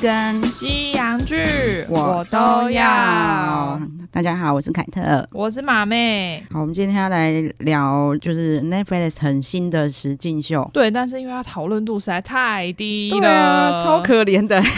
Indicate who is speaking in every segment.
Speaker 1: 跟
Speaker 2: 西洋剧
Speaker 1: 我都要。。大家好，我是凯特。
Speaker 2: 我是马妹，
Speaker 1: 好，我们今天要来聊就是 Netflix 很新的实境秀。
Speaker 2: 对，但是因为它讨论度实在太低了，
Speaker 1: 对啊，超可怜的。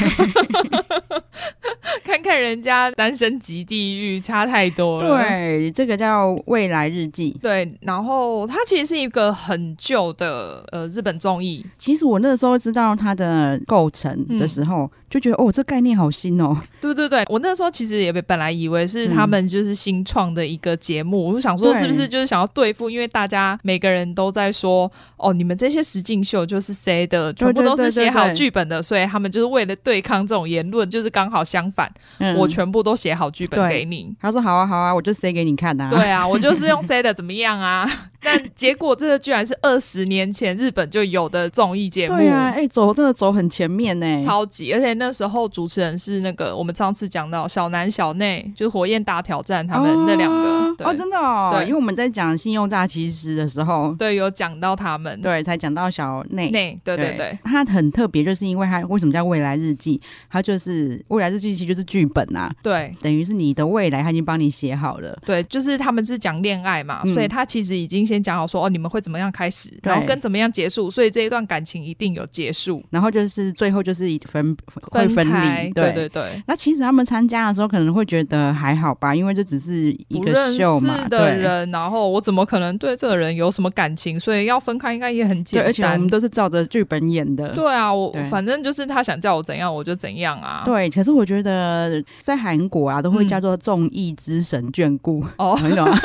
Speaker 2: 看看人家单身级地狱差太多了。
Speaker 1: 对，这个叫《未来日记》。
Speaker 2: 对，然后它其实是一个很旧的呃日本综艺，
Speaker 1: 其实我那时候知道它的构成的时候，就觉得哦，这概念好新哦。
Speaker 2: 对对对，我那时候其实也本来以为是他们就是新创的一个节目，我就想说
Speaker 1: 嗯对
Speaker 2: 是不是就是想要对付，因为大家每个人都在说哦，你们这些实境秀就是谁的，
Speaker 1: 对
Speaker 2: 全部都是
Speaker 1: 对对
Speaker 2: 写好
Speaker 1: 对
Speaker 2: 剧本的，所以他们就是为了对抗这种言论，就是刚好相反，
Speaker 1: 嗯
Speaker 2: 我全部都写好剧本
Speaker 1: 对
Speaker 2: 给你。
Speaker 1: 他说好啊好啊，我就塞给你看啊。
Speaker 2: 对啊，我就是 用 C 的怎么样啊？ 但结果这个居然是二十年前日本就有的综艺节目，
Speaker 1: 对啊，哎、走真的走很前面呢、
Speaker 2: 嗯超级，而且那时候主持人是那个我们上次讲到小南小内，就是火焰大挑战他们那两个，
Speaker 1: 哦
Speaker 2: 对、
Speaker 1: 哦，真的哦，
Speaker 2: 对
Speaker 1: 因为我们在讲信用诈欺师的时候，
Speaker 2: 对有讲到他们
Speaker 1: 对，才讲到小内。
Speaker 2: 内，对对对，
Speaker 1: 它很特别，就是因为它为什么叫未来日记？它就是未来日记，其实就是剧本啊，
Speaker 2: 对
Speaker 1: 等于是你的未来，它已经帮你写好了。
Speaker 2: 对，就是他们是讲恋爱嘛，
Speaker 1: 嗯
Speaker 2: 所以他其实已经先讲好说哦，你们会怎么样开始，然后
Speaker 1: 对
Speaker 2: 跟怎么样结束，所以这一段感情一定有结束，
Speaker 1: 然后就是最后就是一分会分
Speaker 2: 开
Speaker 1: 离，
Speaker 2: 对对对。
Speaker 1: 那其实他们参加的时候可能会觉得还好吧，因为这只是一
Speaker 2: 不
Speaker 1: 个
Speaker 2: 认
Speaker 1: 秀嘛，
Speaker 2: 识的
Speaker 1: 对。
Speaker 2: 人，然后我怎么可能对这个人有什么感情？所以要分开应该也很
Speaker 1: 对，
Speaker 2: 简
Speaker 1: 而且我
Speaker 2: 单
Speaker 1: 们。都是照着剧本演的。
Speaker 2: 对啊，我
Speaker 1: 对
Speaker 2: 反正就是他想叫我怎样我就怎样啊。
Speaker 1: 对，可是我觉得在韩国啊，都会
Speaker 2: 嗯
Speaker 1: 叫做众艺之神眷顾，
Speaker 2: 哦，
Speaker 1: 你懂吗？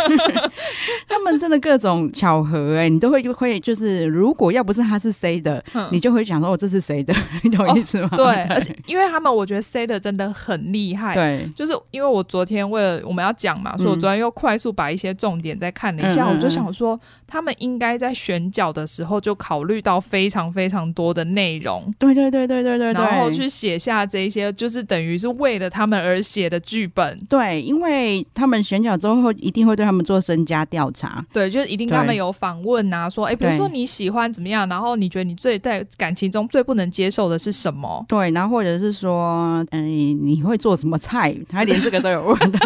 Speaker 1: 他们真的各种巧合哎、你都会会就是，如果要不是他是谁的，
Speaker 2: 嗯
Speaker 1: 你就会想说哦，这是谁的， 你懂意思 吗？
Speaker 2: 哦对，而且因为他们，我觉得 C 的真的很厉害。
Speaker 1: 对嗯
Speaker 2: 就是因为我昨天为了我们要讲嘛，所以我昨天又快速把一些重点再看了一下，
Speaker 1: 嗯嗯嗯
Speaker 2: 我就想说，他们应该在选角的时候就考虑到非常非常多的内容，
Speaker 1: 对对对对对对对，
Speaker 2: 然后去写下这一些，就是等于是为了他们而写的剧本。
Speaker 1: 对，因为他们选角之后一定会对他们做身家调查，
Speaker 2: 对，就是一定跟他们有访问啊，说，哎，比如
Speaker 1: 对
Speaker 2: 说你喜欢怎么样，然后你觉得你最在感情中最不能接受的是什么？
Speaker 1: 对，然后或者是说，嗯、你会做什么菜？他连这个都有问， 对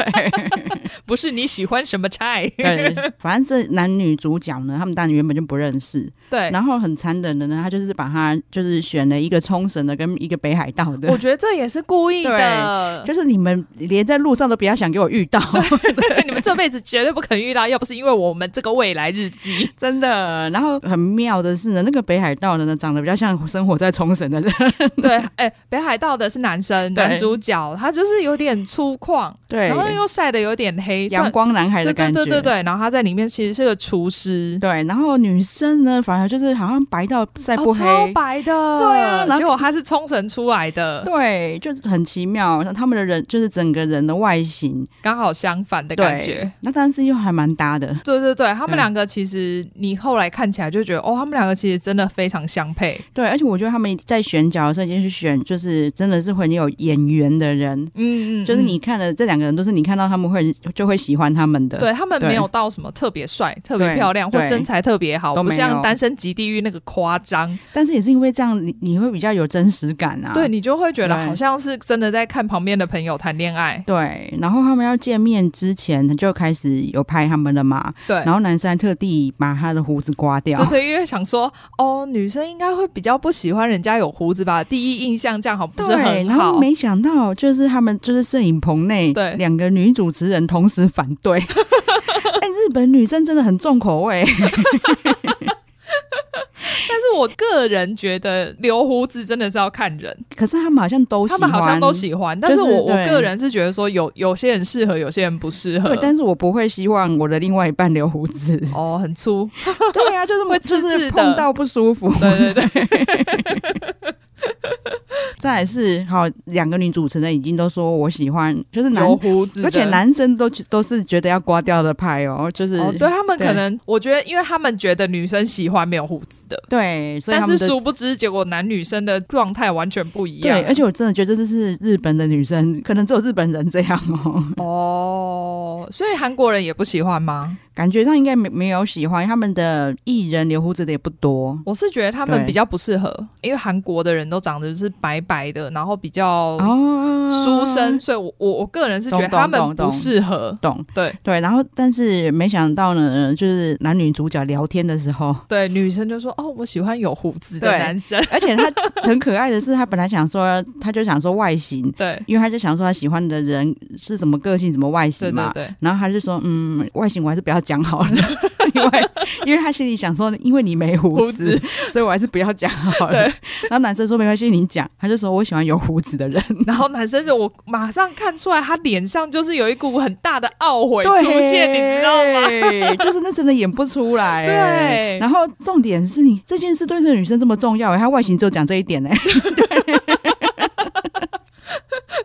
Speaker 2: 不是你喜欢什么 菜？
Speaker 1: 对，反正这男女主角呢，他们当然原本就不认识，
Speaker 2: 对，
Speaker 1: 然后很残忍的呢，他就是把他就是选了一个冲绳的跟一个北海道
Speaker 2: 我
Speaker 1: 的，
Speaker 2: 觉得这也是故意的，
Speaker 1: 就是你们连在路上都不要想给我遇 到，，
Speaker 2: 对，你们这辈子绝对不可能遇到，要不是因为我们这个未来日记
Speaker 1: 真的。然后很妙的是呢，那个北海道的呢，长得比较像生活在冲绳的人，
Speaker 2: 对，哎、北海道的是男生
Speaker 1: 对
Speaker 2: 男主角，他就是有点粗犷，
Speaker 1: 对
Speaker 2: 然后又晒得有点黑，
Speaker 1: 阳
Speaker 2: 算
Speaker 1: 光男孩的
Speaker 2: 对对
Speaker 1: 感觉，
Speaker 2: 对对对，然后他在里面其实是个厨师，
Speaker 1: 对然后女生呢，反而就是好像白到晒不
Speaker 2: 哦，
Speaker 1: 黑。
Speaker 2: 超白的，
Speaker 1: 对啊然后
Speaker 2: 结果他是冲绳出来的，
Speaker 1: 对，就是很奇妙，他们的人就是整个人的外形，
Speaker 2: 刚好相反的感觉
Speaker 1: 对。，那但是又还蛮搭的，
Speaker 2: 对对对，他们
Speaker 1: 嗯
Speaker 2: 两个其实你后来看起来就觉得，哦，他们两个其实真的非常相配。
Speaker 1: 对，而且我觉得他们在选角的时候，已经是选就是真的是很有眼缘的人，
Speaker 2: 嗯嗯，
Speaker 1: 就是
Speaker 2: 嗯
Speaker 1: 你看了这两个人，都是你看到他们会就会喜欢他们的。
Speaker 2: 对他们
Speaker 1: 对
Speaker 2: 没有到什么特别帅、特别漂亮或
Speaker 1: 对
Speaker 2: 身材特别好，
Speaker 1: 都
Speaker 2: 不
Speaker 1: 没有
Speaker 2: 像《单身即地狱》那个夸张。
Speaker 1: 但是也是因为这样，你你会比较有真实感啊。
Speaker 2: 对你就会觉得
Speaker 1: 对
Speaker 2: 好像是真的在看旁边的朋友谈恋爱。
Speaker 1: 对，然后他们要见面之前就开始有拍他们了嘛，
Speaker 2: 对
Speaker 1: 然。后男生还特地把他的胡子刮掉
Speaker 2: 对。对，因为想说，哦，女生应该会比较不喜欢人家有胡子吧？第一印象这样好不是
Speaker 1: 对，
Speaker 2: 很
Speaker 1: 然后
Speaker 2: 好？
Speaker 1: 没想到就是他们就是摄影棚内
Speaker 2: 对
Speaker 1: 两个女主持人同时反对。 哎、日本女生真的很重口味。
Speaker 2: 但是我个人觉得留胡子真的是要看人，
Speaker 1: 可是他们好像都喜
Speaker 2: 他
Speaker 1: 欢，
Speaker 2: 们好像都喜欢，但
Speaker 1: 就是是
Speaker 2: 我、我
Speaker 1: 对
Speaker 2: 个人是觉得说有有些人适合，有些人不适 合
Speaker 1: 对，。但是我不会希望我的另外一半留胡子。
Speaker 2: 哦，很粗，
Speaker 1: 对啊，就是
Speaker 2: 会
Speaker 1: 就
Speaker 2: 刺
Speaker 1: 是
Speaker 2: 刺的
Speaker 1: 碰到不舒服。
Speaker 2: 对对对，
Speaker 1: 再来是好，两个女主持人已经都说我喜欢，就是男
Speaker 2: 留，胡子的，
Speaker 1: 而且男生都都是觉得要刮掉的派哦，就是、
Speaker 2: 哦，对他们
Speaker 1: 对
Speaker 2: 可能，我觉得，因为他们觉得女生喜欢没有胡子的，
Speaker 1: 对所以
Speaker 2: 但
Speaker 1: 他
Speaker 2: 是
Speaker 1: 们的。
Speaker 2: 殊不知，结果男女生的状态完全不一样。
Speaker 1: 对，而且我真的觉得这是日本的女
Speaker 2: 嗯
Speaker 1: 生，可能只有日本人这样哦。
Speaker 2: 哦，所以韩国人也不喜欢吗？
Speaker 1: 感觉上应该没没有喜欢他们的艺人留胡子的也不多。
Speaker 2: 我是觉得他们
Speaker 1: 对
Speaker 2: 比较不适合，因为韩国的人都长得就是白白的，然后比较
Speaker 1: 哦
Speaker 2: 书生，所以我我我个人是觉得
Speaker 1: 懂懂
Speaker 2: 他们
Speaker 1: 懂
Speaker 2: 不
Speaker 1: 懂
Speaker 2: 适合。
Speaker 1: 懂
Speaker 2: 对
Speaker 1: 对，然后但是没想到呢，就是男女主角聊天的时候，
Speaker 2: 对，女生就说哦，我喜欢有胡子的
Speaker 1: 对
Speaker 2: 男生。
Speaker 1: 而且他很可爱的是，他本来想说，他就想说外形，
Speaker 2: 对
Speaker 1: 因为他就想说他喜欢的人是什么个性、什么外
Speaker 2: 对
Speaker 1: 形嘛
Speaker 2: 对。对，
Speaker 1: 然后他就说，嗯，外形我还是不要讲好了， 因为因为他心里想说，因为你没胡
Speaker 2: 胡
Speaker 1: 子，
Speaker 2: 子
Speaker 1: 所以我还是不要讲好了。然后男生说没关系，你讲。他就说我喜欢有胡子的人。
Speaker 2: 然后男生就我马上看出来，他脸上就是有一股很大的懊悔
Speaker 1: 对，
Speaker 2: 出现，你知道吗？
Speaker 1: 吗？ 就是那真的演不出来。
Speaker 2: 对
Speaker 1: 然后重点是你这件事对这个女生这么重要，她欸外形就讲这一点欸呢。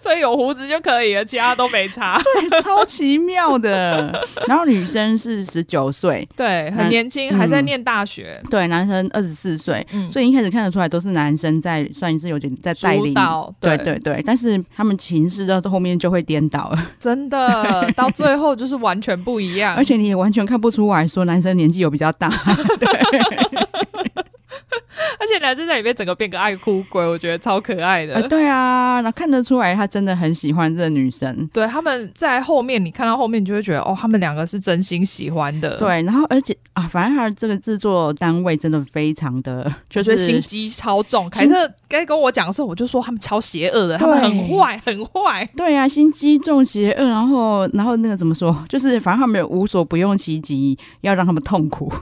Speaker 2: 所以有胡子就可以了，其他都没差。
Speaker 1: 对， 超奇妙的。然后女生是十九岁，
Speaker 2: 对，很
Speaker 1: 那
Speaker 2: 年轻，
Speaker 1: 嗯
Speaker 2: 还在念大学。
Speaker 1: 对，男生二十四岁，
Speaker 2: 嗯，
Speaker 1: 所以一开始看得出来都是男生在，算是有点在带
Speaker 2: 主
Speaker 1: 领。
Speaker 2: 导
Speaker 1: 对对对，但是他们情势到后面就会颠倒了，
Speaker 2: 真 的到最后就是完全不一样，
Speaker 1: 而且你也完全看不出来说男生年纪有比较 大。
Speaker 2: 而且男生在里面整个变个爱哭鬼，我觉得超可爱的。
Speaker 1: 呃，对啊，那看得出来他真的很喜欢这个女生。
Speaker 2: 对，他们在后面，你看到后面，你就会觉得哦，他们两个是真心喜欢的，，
Speaker 1: 对，然后而且啊，反正他这个制作单位真的非常的，就
Speaker 2: 我
Speaker 1: 是
Speaker 2: 觉得心机超重。凯
Speaker 1: 心
Speaker 2: 特该跟我讲的时候，我就说他们超邪恶的，他
Speaker 1: 对
Speaker 2: 们很坏，很坏。
Speaker 1: 对啊，心机重邪恶，然后然后那个怎么说，就是反正他们有无所不用其极，要让他们痛苦。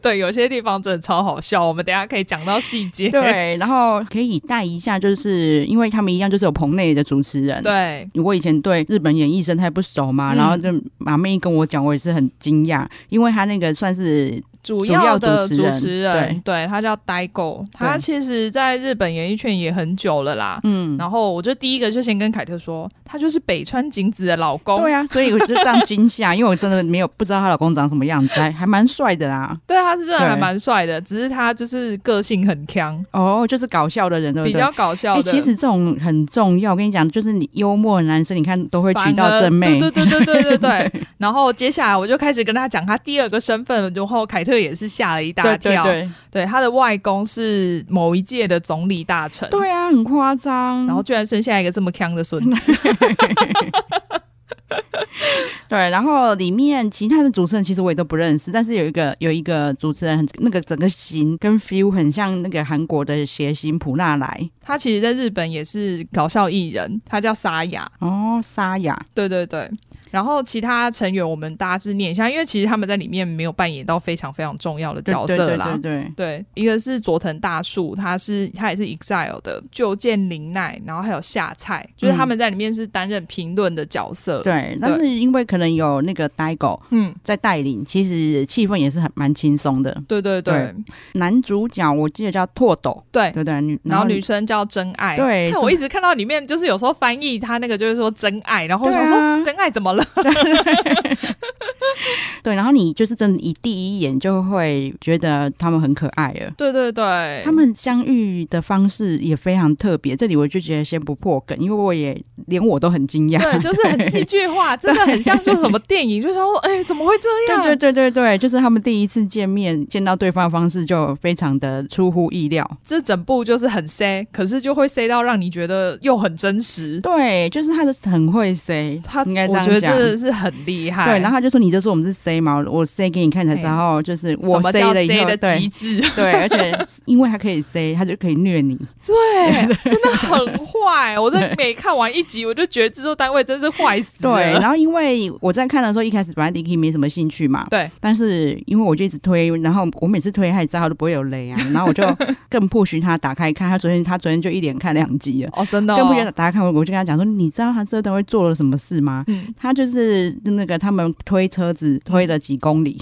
Speaker 2: 对，有些地方真的超好笑，我们等一下可以讲到细节。
Speaker 1: 对，然后可以带一下，就是因为他们一样就是有棚内的主持人。。
Speaker 2: 对，
Speaker 1: 我以前对日本演艺生态不熟嘛，
Speaker 2: 嗯
Speaker 1: 然后就马妹跟我讲，我也是很惊讶，因为他那个算是
Speaker 2: 主
Speaker 1: 主要
Speaker 2: 要的
Speaker 1: 主
Speaker 2: 主
Speaker 1: 持人
Speaker 2: 持人，对他叫呆狗，他
Speaker 1: 对
Speaker 2: 其实在日本演艺圈也很久了啦。
Speaker 1: 嗯，
Speaker 2: 然后我就第一个就先跟凯特说，他就是北川景子的老公。
Speaker 1: 对啊，所以我就这样惊吓，因为我真的没有不知道她老公长什么样子，还还蛮帅的啦。
Speaker 2: 对，他是真的还
Speaker 1: 对
Speaker 2: 蛮帅的，只是他就是个性很强，
Speaker 1: 哦，就是搞笑的人，对不
Speaker 2: 比
Speaker 1: 对？
Speaker 2: 较搞笑
Speaker 1: 哎、
Speaker 2: 的。
Speaker 1: 其实这种很重要。我跟你讲，就是你幽默的男生，你看都会娶
Speaker 2: 反
Speaker 1: 到
Speaker 2: 而
Speaker 1: 正妹。
Speaker 2: 对对对对对对 对。然后接下来我就开始跟他讲他第二个身份，然后凯特也是吓了一大
Speaker 1: 对对
Speaker 2: 跳。
Speaker 1: 对
Speaker 2: 对他的外公是某一届的总理大臣，
Speaker 1: 对啊，很夸张。
Speaker 2: 然后居然生下一个这么强的孙子，
Speaker 1: 对，然后里面其他的主持人其实我也都不认识，但是有一个有一个主持人很那个整个型跟 feel 很像那个韩国的谐星普纳莱
Speaker 2: 他其实在日本也是搞笑艺人，他叫沙雅。
Speaker 1: 哦，沙哑
Speaker 2: 对对对。然后其他成员我们大致念一下，因为其实他们在里面没有扮演到非常非常重要的
Speaker 1: 对
Speaker 2: 角
Speaker 1: 对
Speaker 2: 色
Speaker 1: 对
Speaker 2: 啦。呃
Speaker 1: 对对
Speaker 2: 对，一个是佐藤大树，他是他也是 EXILE 的旧见林奈，然后还有夏菜，就是他们在里面是担任评论的角色。，
Speaker 1: 嗯对，但是因为可能有那个呆狗
Speaker 2: 嗯，
Speaker 1: 在带领，其实气氛也是很蛮轻松的。
Speaker 2: 对对对对
Speaker 1: 对男主角我记得叫拓斗，对不对？女
Speaker 2: 然后女生叫真爱，
Speaker 1: 对
Speaker 2: 看我一直看到里面就是有时候翻译他那个就是说真爱，然后我
Speaker 1: 对
Speaker 2: 想
Speaker 1: 啊
Speaker 2: 说、真爱怎么了？
Speaker 1: 对，然后你就是真的，一第一眼就会觉得他们很可爱了。
Speaker 2: 对对对，
Speaker 1: 他们相遇的方式也非常特别，这里我就觉得先不破梗，因为我也连我都很惊讶。
Speaker 2: 对就是很戏剧化，真的很像就是什么电影，就想说哎、怎么会这 样？
Speaker 1: 对对对对对，就是他们第一次见面见到对方的方式就非常的出乎意料。
Speaker 2: 这整部就是很塞，可是就会塞到让你觉得又很真实。
Speaker 1: 对，就是他的很会 say，
Speaker 2: 他
Speaker 1: 应该这
Speaker 2: 我
Speaker 1: 样
Speaker 2: 觉得
Speaker 1: 讲
Speaker 2: 真。的是很厉害。
Speaker 1: 对，然后他就说你就说我们是 say 嘛，我 say 给你看才知道，就是我
Speaker 2: 什么
Speaker 1: say
Speaker 2: 叫
Speaker 1: 了以
Speaker 2: C
Speaker 1: 后，
Speaker 2: 的极
Speaker 1: 对
Speaker 2: 致？
Speaker 1: 对，而且因为他可以 say，他就可以虐你。
Speaker 2: 对，真的很坏。我在每看完一集，我就觉得制作单位真是坏死
Speaker 1: 对，
Speaker 2: 了。
Speaker 1: 然后因为我在看的时候，一开始本来 Dicky 没什么兴趣嘛，
Speaker 2: 对
Speaker 1: 但是因为我就一直推，然后我每次推他也知道他都不会有 雷啊，然后我就更不许他打开看。他昨天他昨天就一连看两集了，
Speaker 2: 哦，真的、
Speaker 1: 更不许
Speaker 2: 哦
Speaker 1: 他。打开看。我我就跟他讲说，你知道他这段会做了什么事吗？
Speaker 2: 嗯，
Speaker 1: 他就是那个他们推车子推了几公里，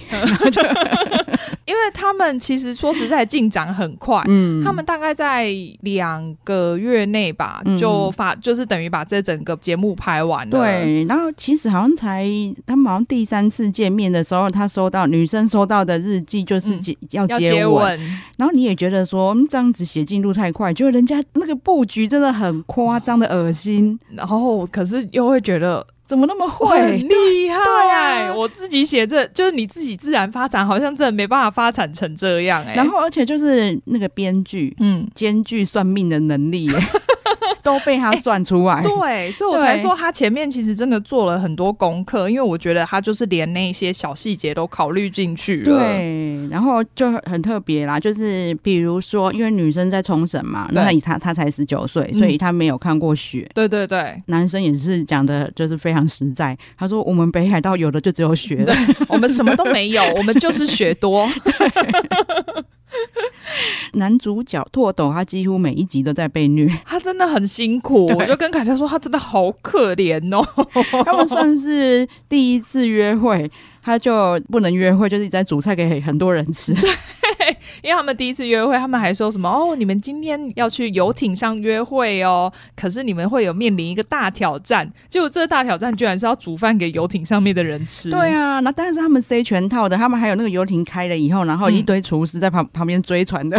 Speaker 2: 因为他们其实说实在进展很快，
Speaker 1: 嗯，
Speaker 2: 他们大概在两个月内吧，
Speaker 1: 嗯
Speaker 2: 就发就是等于把这整个节目拍完了。，
Speaker 1: 对，然后其实好像才他们好像第三次见面的时候，他收到女生收到的日记就是
Speaker 2: 嗯
Speaker 1: 接、要
Speaker 2: 要
Speaker 1: 接
Speaker 2: 接
Speaker 1: 吻，
Speaker 2: 吻，
Speaker 1: 然后你也觉得说，嗯，这样子写进度太快，就人家那个布局真的很夸张的恶心。
Speaker 2: 然后可是又会觉得
Speaker 1: 怎么那么
Speaker 2: 我很
Speaker 1: 会？
Speaker 2: 厉害、
Speaker 1: 对啊
Speaker 2: 我自己写这就是你自己自然发展，好像真的没办法发展成这样哎、
Speaker 1: 然后而且就是那个编剧
Speaker 2: 嗯，
Speaker 1: 兼具算命的能力耶， 都被他算出
Speaker 2: 哎
Speaker 1: 来。
Speaker 2: 对，所以我才
Speaker 1: 哎对
Speaker 2: 说他前面其实真的做了很多功课，因为我觉得他就是连那些小细节都考虑进去了。，
Speaker 1: 对，然后就很特别啦，就是比如说，因为女生在冲绳嘛，那
Speaker 2: 对
Speaker 1: 她她才十九岁，
Speaker 2: 嗯
Speaker 1: 所以她没有看过雪。
Speaker 2: 对对对，
Speaker 1: 男生也是讲的，就是非常实在。他说：“我们北海道有的就只有雪了。
Speaker 2: 我们什么都没有，我们就是学多。
Speaker 1: 男主角拓斗，他几乎每一集都在被虐。
Speaker 2: 他真的很辛苦，
Speaker 1: 对
Speaker 2: 我就跟凯特说，他真的好可怜 哦。
Speaker 1: 他们算是第一次约会，他就不能约会，就是一直在煮菜给很多人吃。
Speaker 2: 因为他们第一次约会，他们还说什么哦，你们今天要去游艇上约会哦，可是你们会有面临一个大挑战。结果这个大挑战居然是要煮饭给游艇上面的人吃。
Speaker 1: 对啊，那但是他们塞全套的，他们还有那个游艇开了以后，然后一堆厨师在旁旁边追船的。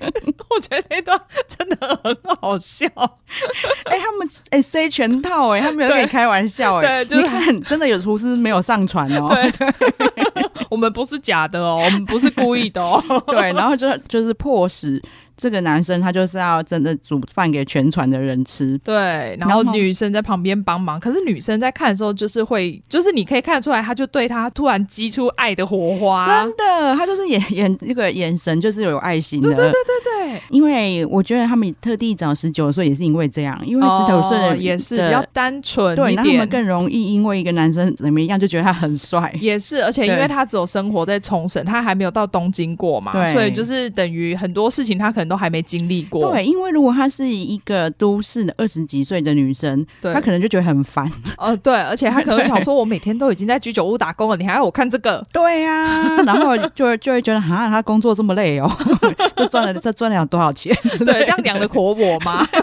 Speaker 2: 嗯我觉得那段真的很好笑。
Speaker 1: 哎、他们 哎、塞全套哎、他们有跟你开玩笑哎、
Speaker 2: 对就是
Speaker 1: 你看真的有厨师没有上船哦、
Speaker 2: 对对，我们不是假的哦，我们不是故意的哦。
Speaker 1: 对， 然后就就是迫使这个男生他就是要真的煮饭给全船的人吃。
Speaker 2: 对，然
Speaker 1: 然后
Speaker 2: 后女生在旁边帮忙，可是女生在看的时候，就是会，就是你可以看得出来，她就对他突然激出爱的火花。
Speaker 1: 真的，他就是眼 眼那个眼神就是有爱心的，对对对对。
Speaker 2: 对，
Speaker 1: 因为我觉得他们特地找十九岁也是因为这样，因为十九
Speaker 2: 哦
Speaker 1: 岁的
Speaker 2: 也是比较单纯
Speaker 1: 对，
Speaker 2: 一
Speaker 1: 那他们
Speaker 2: 点，
Speaker 1: 更容易因为一个男生怎么样就觉得他很帅，
Speaker 2: 也是，而且因
Speaker 1: 对
Speaker 2: 为他只有生活在冲绳，他还没有到东京过嘛，
Speaker 1: 对
Speaker 2: 所以就是等于很多事情他可能都还没经历过。
Speaker 1: 对，因为如果她是一个都市的二十几岁的女生，
Speaker 2: 对，
Speaker 1: 她可能就觉得很烦。
Speaker 2: 呃对，而且他可能会想说，我每天都已经在居酒屋打工了，你还要我看这个？
Speaker 1: 对呀、然后就会就会觉得，哈，他工作这么累哦， 这赚了这赚了多少钱？
Speaker 2: 对，这样养得活我吗？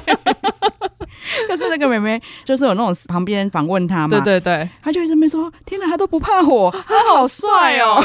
Speaker 1: 就是那个妹妹，就是有那种旁边访问她嘛，
Speaker 2: 对对对，
Speaker 1: 她就一直没说，天哪，他都不怕火，他好帅哦。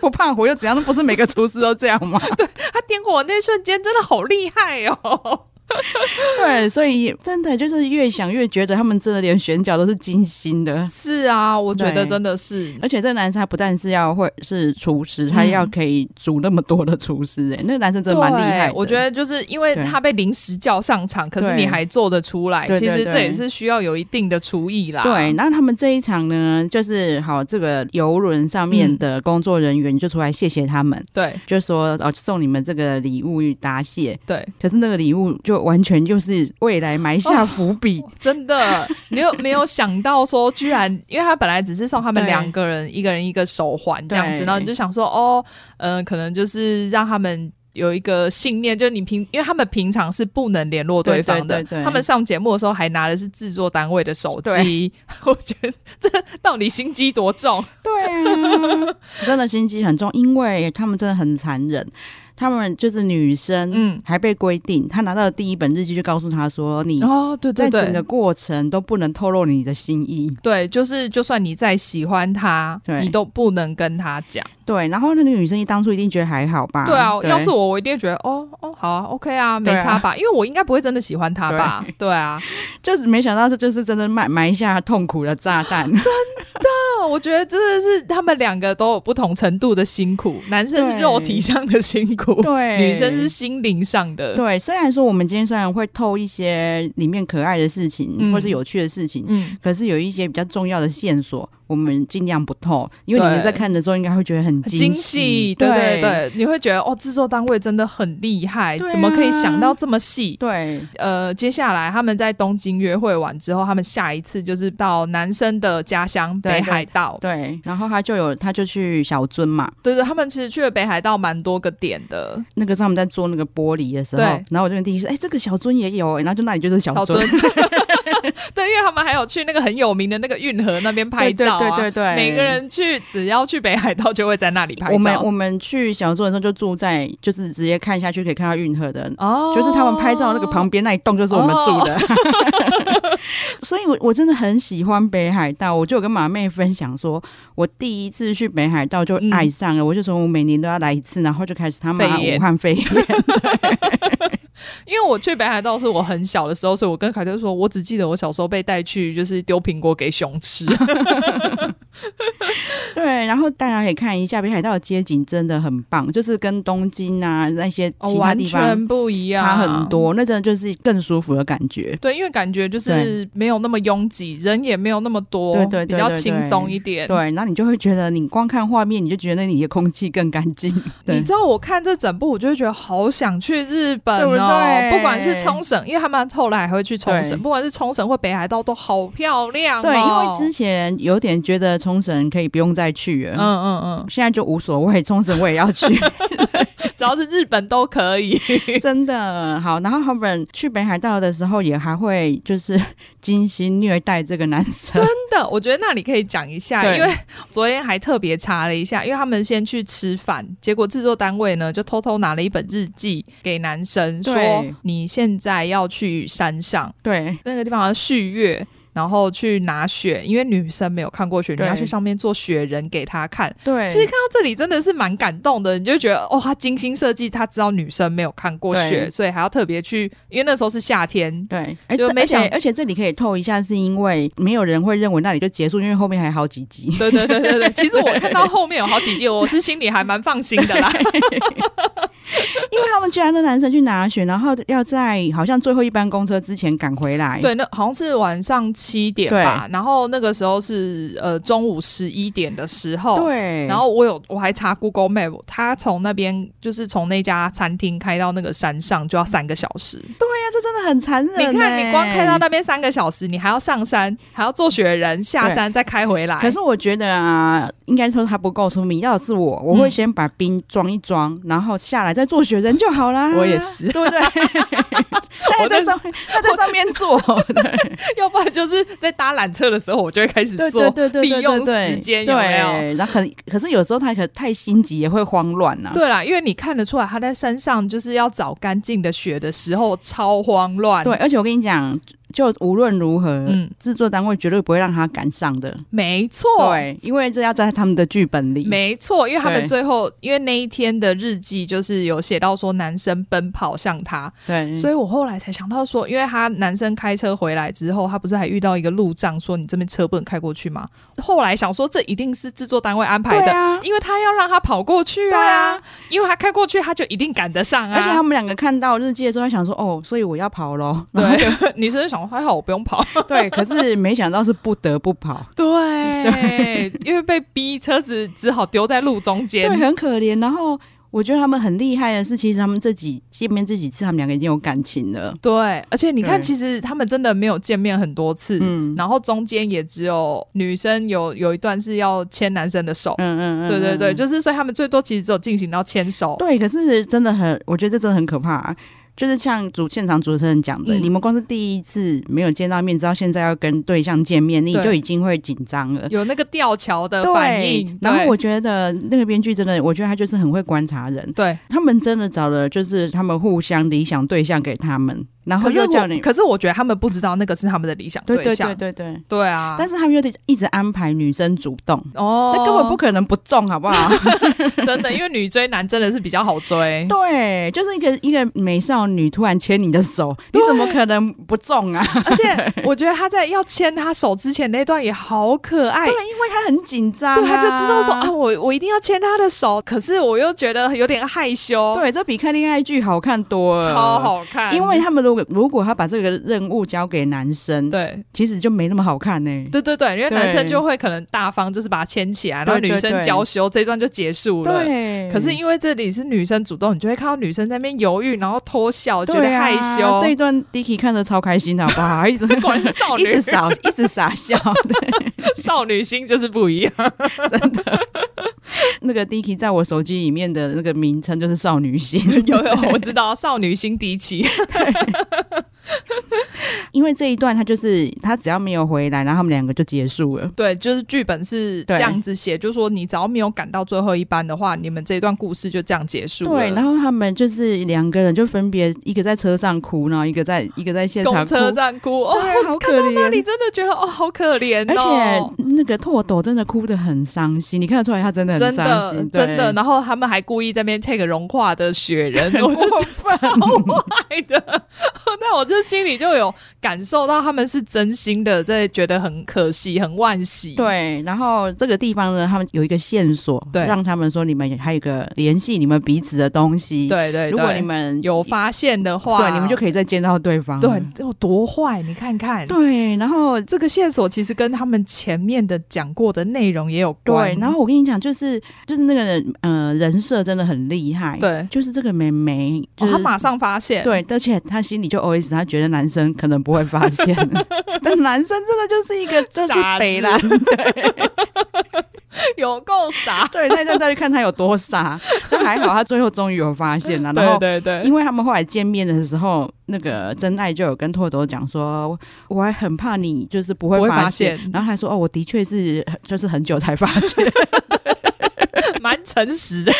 Speaker 1: 不怕火又怎样？那不是每个厨师都这样吗？
Speaker 2: 他点火那瞬间真的好厉害 哦。
Speaker 1: 对，所以真的就是越想越觉得他们真的连选角都是精心的。
Speaker 2: 是啊，我觉得
Speaker 1: 对
Speaker 2: 真的是。
Speaker 1: 而且这个男生他不但是要会是厨师，他
Speaker 2: 嗯
Speaker 1: 要可以煮那么多的厨师、欸，哎，那个男生真的蛮厉害的。
Speaker 2: 对我觉得就是因为
Speaker 1: 对
Speaker 2: 他被临时叫上场，可是
Speaker 1: 对
Speaker 2: 你还做得出来，
Speaker 1: 对
Speaker 2: 其
Speaker 1: 对
Speaker 2: 实
Speaker 1: 对
Speaker 2: 这也是需要有一定的厨艺啦。
Speaker 1: 对，，那他们这一场呢，就是好这个游轮上
Speaker 2: 嗯
Speaker 1: 面的工作人员就出来谢谢他们，
Speaker 2: 对
Speaker 1: 就说哦送你们这个礼物答谢。
Speaker 2: 对，
Speaker 1: 可是那个礼物就完全就是未来埋
Speaker 2: 哦
Speaker 1: 下伏 笔，
Speaker 2: 真的，你有没有想到说，居然因为他本来只是送他们
Speaker 1: 对
Speaker 2: 两个人，一个人一个手环这样子，
Speaker 1: 对
Speaker 2: 然后你就想说，哦，嗯、可能就是让他们。有一个信念，就是你平，因为他们平常是不能联络对方的。
Speaker 1: 对对对对
Speaker 2: 他们上节目的时候还拿的是制作单位的手机， 我觉得这到底心机多重？
Speaker 1: 对啊，真的心机很重，因为他们真的很残忍，他们就是女生，
Speaker 2: 嗯，
Speaker 1: 还被规定，她拿到的第一本日记就告诉她说，你
Speaker 2: 哦，对对
Speaker 1: 在整
Speaker 2: 对
Speaker 1: 个，过程都不能透露你的心意。
Speaker 2: 对，就是就算你再喜欢他，
Speaker 1: 对
Speaker 2: 你都不能跟他讲。
Speaker 1: 对，然后那个女生一当初一定觉得还好吧？
Speaker 2: 对啊，要是我，我一定会觉得哦哦，好啊，OK 啊，没
Speaker 1: 对啊
Speaker 2: 差吧？因为我应该不会真的喜欢他吧？ 对啊，
Speaker 1: 就是没想到这就是真的埋埋下痛苦的炸 弹。
Speaker 2: 那我觉得真的是他们两个都有不同程度的辛苦，男生是
Speaker 1: 对
Speaker 2: 肉体上的辛苦，
Speaker 1: 对
Speaker 2: 女生是。心灵上的。
Speaker 1: 对，虽然说我们今天虽然会透一些里面可爱的事情，
Speaker 2: 嗯
Speaker 1: 或是有趣的事情，
Speaker 2: 嗯，
Speaker 1: 可是有一些比较重要的线索，我们尽量不透，因为你们
Speaker 2: 对
Speaker 1: 在看的时候应该会觉得很
Speaker 2: 很惊
Speaker 1: 喜
Speaker 2: 喜，。对对对，你会觉得哦，制作单位真的很厉害，
Speaker 1: 对啊
Speaker 2: 怎么可以想到这么细？
Speaker 1: 对
Speaker 2: 呃，接下来他们在东京约会完之后，他们下一次就是到男生的家乡
Speaker 1: 对
Speaker 2: 北
Speaker 1: 对
Speaker 2: 海道。
Speaker 1: 对，然后他就有他就去小樽嘛，
Speaker 2: 对对，他们其实去了北海道蛮多个点的，
Speaker 1: 那个时候我们在做那个玻璃的时候
Speaker 2: 对，
Speaker 1: 哎然后我就跟弟弟说：“哎、这个小樽也有、欸。”然后就那里就是小
Speaker 2: 小
Speaker 1: 樽，
Speaker 2: 樽。 对，因为他们还有去那个很有名的那个运河那边拍
Speaker 1: 对
Speaker 2: 照、啊，
Speaker 1: 对对对对
Speaker 2: 每个人去只要去北海道就会在那里拍照。
Speaker 1: 我们我们去小猪的时候就住在，就是直接看下去可以看到运河的，
Speaker 2: 哦，
Speaker 1: 就是他们拍照那个旁边那一栋就是我们住的。哦 所以我，我真的很喜欢北海道。我就有跟马妹分享说，我第一次去北海道就爱上了，我就说我每年都要来一次，然后就开始他妈
Speaker 2: 肺炎
Speaker 1: 武汉肺炎。
Speaker 2: 因为我去北海道是我很小的时候，所以我跟凯特说，我只记得我小时候被带去就是丢苹果给熊 吃。
Speaker 1: 对，然后大家可以看一下北海道的街景真的很棒，就是跟东京啊那些
Speaker 2: 哦，
Speaker 1: 其他
Speaker 2: 完
Speaker 1: 地方
Speaker 2: 全不一样，
Speaker 1: 差很。多，那真的就是更舒服的感觉。
Speaker 2: 对，因为感觉就是没有那么拥挤，人也没有那么多，
Speaker 1: 对对对
Speaker 2: 比较
Speaker 1: 对对
Speaker 2: 轻松一点。
Speaker 1: 对，然后你就会觉得，你光看画面，你就觉得那里的空气更干净。
Speaker 2: 你
Speaker 1: 对
Speaker 2: 知道我看这整部，我就会觉得好想去日本哦，
Speaker 1: 对不对
Speaker 2: 管是冲绳，因为他们后来还会去冲绳，
Speaker 1: 对
Speaker 2: 不管是冲绳或北海道，都好漂亮、哦。
Speaker 1: 对，因为之前有点觉得冲绳可以不用再去了，
Speaker 2: 嗯嗯
Speaker 1: 现在就无所谓，冲绳我也 要去，
Speaker 2: 嗯，只要是日本都可以。
Speaker 1: 真的好。然后他们去北海道的时候，也还会就是精心虐待这个男生，
Speaker 2: 真的，我觉得那里可以讲一下，
Speaker 1: 对
Speaker 2: 因为昨天还特别查了一下，因为他们先去吃饭，结果制作单位呢就偷偷拿了一本日记给男生，
Speaker 1: 对
Speaker 2: 说你现在要去山上
Speaker 1: 对
Speaker 2: 那个地方好像旭月。然后去拿雪，因为女生没有看过雪，你
Speaker 1: 对
Speaker 2: 要去上面做雪人给她看。
Speaker 1: 对，
Speaker 2: 其实看到这里真的是蛮感动的，你就觉得哦，他精心设计，他知道女生没有看过雪，
Speaker 1: 对
Speaker 2: 所以还要特别去，因为那时候是 夏天，
Speaker 1: 对，而
Speaker 2: 就
Speaker 1: 且
Speaker 2: 没
Speaker 1: 而
Speaker 2: 想
Speaker 1: 且而且这里可以透一下，是因为没有人会认为那里就结束，因为后面还有好几 集。
Speaker 2: 对对对对对，其实我看到后面有好几集，我是心里还蛮放心 的啦。
Speaker 1: 因为他们居然那男生去拿雪，然后要在好像最后一班公车之前赶回来。
Speaker 2: 对，那好像是晚上七点吧，然后那个时候是呃中午十一点的时候。。
Speaker 1: 对，
Speaker 2: 然后我有我还查 Google Map，他从那边就是从那家餐厅开到那个山上就要三个小时。
Speaker 1: 对呀、这真的很残忍、欸
Speaker 2: 你看，你光开到。那边三个小时，你还要上山，还要做雪人，下
Speaker 1: 对
Speaker 2: 山再开回来。
Speaker 1: 可是我觉得啊，应该说他不够聪明。要是我，我
Speaker 2: 嗯
Speaker 1: 会先把冰装一装，然后下来再做雪人就好啦。
Speaker 2: 我也是
Speaker 1: 对不对？他在上， 他在上面做。
Speaker 2: 要不然就是在搭缆车的时候，我就会开始
Speaker 1: 对
Speaker 2: 做
Speaker 1: 对对对对，
Speaker 2: 利用
Speaker 1: 对对
Speaker 2: 时间，有没有？
Speaker 1: 对，然后很，可是有时候他可太心急也会慌乱呐、啊。
Speaker 2: 对啦，因为你看得出来，他在山上就是要找干净的雪的时候超慌乱。
Speaker 1: 对，，而且我跟你讲，就无论如何，
Speaker 2: 嗯
Speaker 1: 制作单位绝对不会让他赶上的。
Speaker 2: 没错，
Speaker 1: 对，因为这要在他们的剧本里。
Speaker 2: 哦没错，因为他们
Speaker 1: 对
Speaker 2: 最后，因为那一天的日记就是有写到说男生奔跑向他，
Speaker 1: 对，
Speaker 2: 所
Speaker 1: 以
Speaker 2: 以我后来才想到说，因为他男生开车回来之后，他不是还遇到一个路障，说你这边车不能开过去吗？后来想说，这一定是制作单位安排
Speaker 1: 对
Speaker 2: 的。
Speaker 1: 啊。
Speaker 2: 因为他要让他跑过去
Speaker 1: 对
Speaker 2: 啊，
Speaker 1: 啊
Speaker 2: 因为他开过去，他就一定赶得上啊。
Speaker 1: 而且他们两个看到日记的时候，他想说：“哦，所以我要跑喽。”然后
Speaker 2: 对女生就想说还好我不用跑，
Speaker 1: 对，可是没想到是不得不跑，
Speaker 2: 对，因为被逼，车子只好丢在路中
Speaker 1: 对，
Speaker 2: 间。
Speaker 1: 很可怜。然后我觉得他们很厉害的是，其实他们这几见面这几次，他们两个已经有感情了。
Speaker 2: 对，而且你看，
Speaker 1: 对
Speaker 2: 其实他们真的没有见面很多次，
Speaker 1: 嗯
Speaker 2: 然后中间也只有女生有有一段是要牵男生的手，
Speaker 1: 嗯嗯嗯，
Speaker 2: 对对对，
Speaker 1: 嗯
Speaker 2: 就是所以他们最多其实只有进行到牵手。
Speaker 1: 对，可是真的很，我觉得这真的很可怕、就是像主现场主持人讲的，
Speaker 2: 嗯
Speaker 1: 你们光是第一次没有见到面，直到现在要跟对象见面，你
Speaker 2: 对
Speaker 1: 就已经会紧张了。
Speaker 2: 有那个吊桥的反
Speaker 1: 对
Speaker 2: 应，，
Speaker 1: 然后
Speaker 2: 对
Speaker 1: 我觉得那个编剧真的，我觉得他就是很会观察人。
Speaker 2: 对，
Speaker 1: 他们真的找了就是他们互相理想对象给他们，然后
Speaker 2: 可是
Speaker 1: 又叫
Speaker 2: 我
Speaker 1: 你，
Speaker 2: 可是我觉得他们不知道那个是他们的理想
Speaker 1: 对对
Speaker 2: 象，
Speaker 1: 对对对。
Speaker 2: 对啊，
Speaker 1: 但是他们又得一直安排女生主动，
Speaker 2: 哦，
Speaker 1: 那根本不可能不中，好不好？
Speaker 2: 真的，因为女追男真的是比较好追，
Speaker 1: 对，就是一个一个美少女突然牵你的手，你怎么可能不中啊？
Speaker 2: 而 且我觉得他在要牵他手之前那段也好可爱
Speaker 1: 对，，因为他很紧张、
Speaker 2: 啊对，他就知 道说啊，。我我一定要牵他的手，可是我又觉得有点害羞，，
Speaker 1: 对，这比看恋爱剧好看多了，
Speaker 2: 超。好看，
Speaker 1: 因为他们如果如果他把这个任务交给男生，
Speaker 2: 对
Speaker 1: 其实就没那么好看欸呢、
Speaker 2: 对对对，因为男生
Speaker 1: 对
Speaker 2: 就会可能大方，就是把他牵起来，然后
Speaker 1: 对对
Speaker 2: 女生
Speaker 1: 对
Speaker 2: 娇羞，这一段就结束了。
Speaker 1: 对，
Speaker 2: 可是因为这里是女生主动，你就会看到女生在那边犹豫，然后偷笑，觉得
Speaker 1: 对啊
Speaker 2: 害羞。
Speaker 1: 这一段 Dicky 看着超开心的，好不 好？一直
Speaker 2: 果然是少
Speaker 1: 一
Speaker 2: 女，
Speaker 1: 直 傻，一直傻笑。对
Speaker 2: 少女心就是不一样。真
Speaker 1: 那个 Dicky 在我手机里面的那个名称就是少女心，
Speaker 2: 有有，我知道少女心迪奇，
Speaker 1: 因为这一段他就是他只要没有回来，然后他们两个就结束了。
Speaker 2: 对，就是剧本是
Speaker 1: 对
Speaker 2: 这样子写，就是说你只要没有赶到最后一班的话，你们这一段故事就这样结束了。
Speaker 1: 对，然后他们就是两个人就分别一个在车上哭，然后一个在一个在现场
Speaker 2: 公
Speaker 1: 哭。
Speaker 2: 车站哭哦，
Speaker 1: 对啊好可
Speaker 2: 看到那
Speaker 1: 怜
Speaker 2: 里真的觉得哦，好可怜
Speaker 1: 而
Speaker 2: 哦。
Speaker 1: 且那个拓斗真的哭得很伤心，你看得出来他真的很
Speaker 2: 真
Speaker 1: 伤
Speaker 2: 的
Speaker 1: 心，
Speaker 2: 真的，
Speaker 1: 对
Speaker 2: 然后他们还故意在那边 take 融化的雪 人，我就
Speaker 1: 过
Speaker 2: 觉得超坏的。 那我就心里就有感受到他们是真心的，在觉得很可惜、很惋惜。
Speaker 1: 对，然后这个地方呢，他们有一个线索，
Speaker 2: 对
Speaker 1: 让他们说你们还有一个联系你们彼此的东西。，
Speaker 2: 对对，
Speaker 1: 如果
Speaker 2: 对
Speaker 1: 你们
Speaker 2: 有发现的话，
Speaker 1: 对，你们就可以再见到对方。
Speaker 2: 对这有多坏，你看看。
Speaker 1: 对，然后
Speaker 2: 这个线索其实跟他们前面的讲过的内容也有关。
Speaker 1: 对，然后我跟你讲，就是就是那个人呃人设真的很厉害，，
Speaker 2: 对，
Speaker 1: 就是这个妹妹，就
Speaker 2: 哦
Speaker 1: 是、
Speaker 2: 他马上发现，
Speaker 1: 对，而且她心里就 always 她觉得男生可能不会发 现，但男生真的就是一个真的
Speaker 2: 傻
Speaker 1: 是
Speaker 2: 子
Speaker 1: 北蓝，
Speaker 2: 有够傻。
Speaker 1: 对，那在这里看他有多傻，但还好他最后终于有发现了，然后
Speaker 2: 对对对，
Speaker 1: 因为他们后来见面的时候，那个真爱就有跟拓斗讲说，我还很怕你就是不会
Speaker 2: 不会
Speaker 1: 发
Speaker 2: 发
Speaker 1: 现，
Speaker 2: 现
Speaker 1: 然后他说哦，我的确是就是很久才发 现，
Speaker 2: 蛮诚实的。